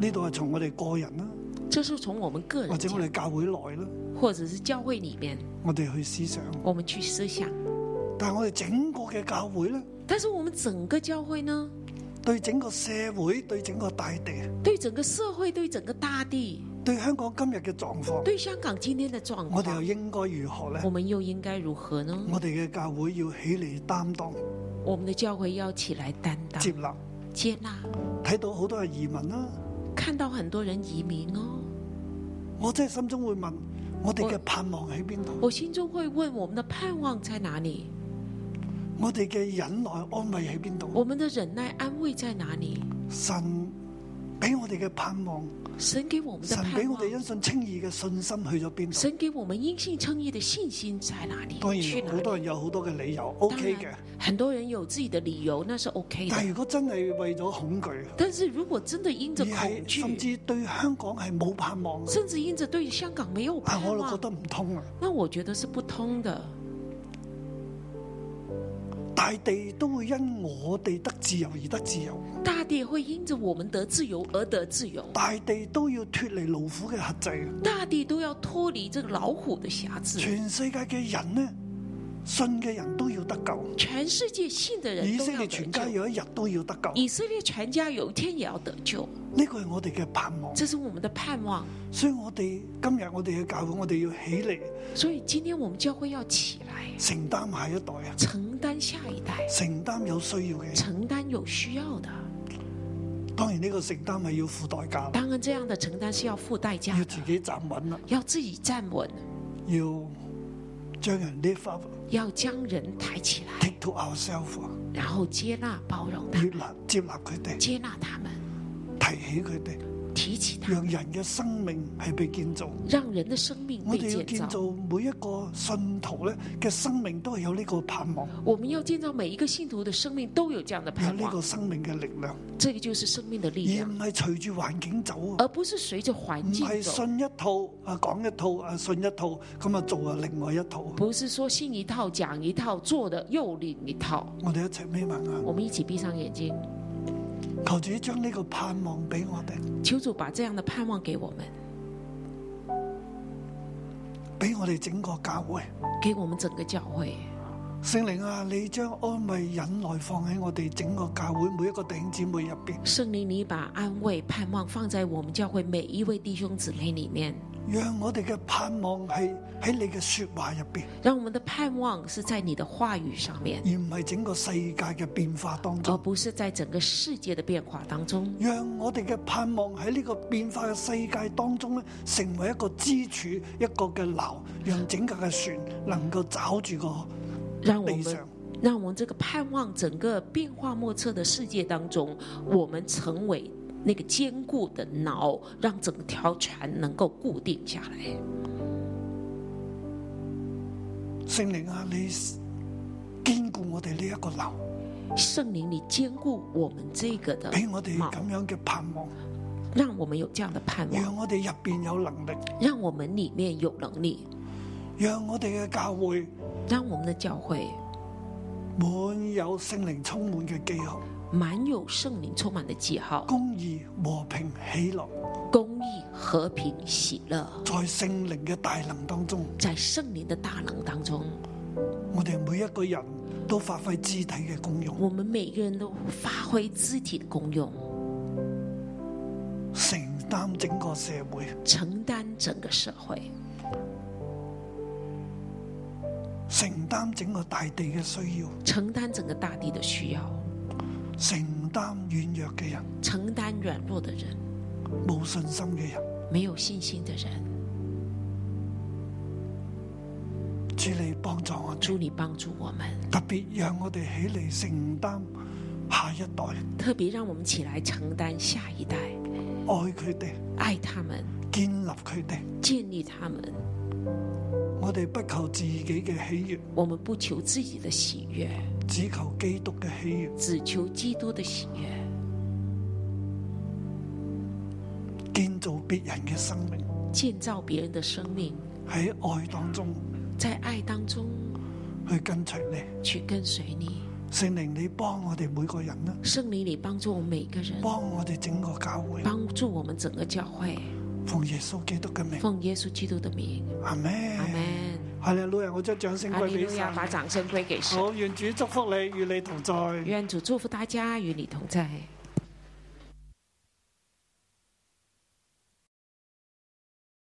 呢度係從我哋個人啦，这是从我们个或人者我讲，哋教會內啦，或者是教会里面，我哋去思想。我们去思想。但係我哋整個嘅教會咧，但是我们整个教会呢，對整個社會、對整個大地、对整个社会、对整个大地、對香港今日嘅狀況，对香港今天的状我哋又况，應該如何咧我？們又應該如何呢？我哋嘅教會要起嚟擔當我們的教会要起来担当接納，接纳，睇到好多嘅移民啦，看到很多人移民哦，我真係心中會問：我哋嘅我盼望喺邊度？我心中会问我们的盼望在哪里，我哋嘅忍耐安慰喺邊度？我们的忍耐安慰在哪里？神俾我哋嘅盼望，神给我们的神俾盼我哋望，因信稱義嘅信心去咗邊度？神给我们因信称义的信心在哪里？當去然哪好多里？人有好多嘅理由当，OK 嘅然。，很多人有自己的理由，那是 OK 但係的。如果真係為咗恐懼，但是如果真的因而着恐係甚惧，至對香港係冇盼望，甚至因着对香港没有啊，盼我都覺望，得唔通啊！那我觉得是不通的。大地都會因我哋得自由而得自由，大地会因着我们得自由而得自由，大地都要脱離勞苦嘅轄制。啊大地都要脱离这个老虎的辖制。全世界嘅人呢，信嘅人都要得救，全世界信的人以都色要列得全家救，有一日都要得救。以色列全家有一天也要得救，呢個係我哋嘅盼望，这是我们的盼望。所以我哋今日我哋嘅教會，我哋要起嚟所以今天我们教会要起来，承擔下一代啊，承担下一代，承擔有需要嘅人。承担有需要的。當然呢個承擔係要付代價啦，当然，这样的承担是要付代价要的自，己站穩啦，要自己站稳，要將人 lift up。要将人抬起来， take to ourselves，啊然后接纳包容他接们，納接納佢哋，接纳他们，提起佢哋，提起他，讓人嘅生命係被建造。让人的生命我被哋要建建造。造每一個信徒咧嘅生命都係有呢個盼望，我们要建造每一个信徒的生命都有这样的有盼呢個望，生命嘅力量，这个就是生命的力而量唔，係隨住環境走啊，而不是隨着环唔境係走，信一套啊講一套啊信一套咁啊做啊另外一套。不是说信一套讲一套，做的又另一套。我哋一齊眯埋眼，我们一起闭上眼睛，求主將呢個盼望俾我哋，求主把这样的盼望给我们，俾我哋整個教會。给我们整个教会。聖靈啊，你將安慰忍耐放喺我哋整個教會每一個弟兄姊妹入邊，圣灵，你把安慰、盼望放在我们教会每一位弟兄姊妹里面，讓我哋嘅盼望係喺你嘅说話入邊，让我们的盼望是在你的话语上面，而唔係整個世界嘅變化當而中。不是在整个世界的变化当中。讓我哋嘅盼望喺呢個變化嘅世界當中咧，成為一個支柱，一個嘅樓，讓整個嘅船能夠找住让個我地们上。让我们这个盼望整个变化莫测的世界当中，我们成为那个坚固的锚，让整条船能够固定下来。聖靈啊，你堅固我哋呢一個樓，圣灵，你坚固我们这个的俾哎我哋锚，咁樣嘅盼望，让我们有这样的盼望，讓我哋入邊有能力，让我们里面有能力，讓我哋嘅教會让我们的教会滿有聖靈充滿嘅記號，满有圣灵充满的记号，公義、和平、喜樂，公义、和平、喜乐，在聖靈嘅大能當中，在圣灵的大能当中，我哋每一個人都發揮肢體嘅功用，我们每个人都发挥肢体的功用，承擔整個社會。承担整个社会。承擔整個大地嘅需要，承担整个大地的需要，承擔軟弱嘅人、承担软弱的人、冇信心嘅人。没有信心的人。主你幫助我哋，主，你帮助我们，特別讓我哋起嚟承擔下一代，特别让我们起來承担下一代，愛佢哋，爱他们，建立佢哋。建立他们。我哋不求自己嘅喜悦，我们不求自己的喜悦，只求基督嘅喜悦。只求基督的喜悦，建造別人嘅生命建造别人的生命，喺愛當中在爱当中去跟隨你。去跟随你。聖靈，你幫我哋每個人啦，圣灵，你帮助我们每个人，幫我哋整個教會。帮助我们整个教会。奉耶穌基督嘅名，奉耶稣基督的名，阿咩？阿门。係啦，老人，我將掌聲哈歸利俾路亚，神。把掌声归给神。好，願主祝福你，與你同在。愿主祝福大家，与你同在。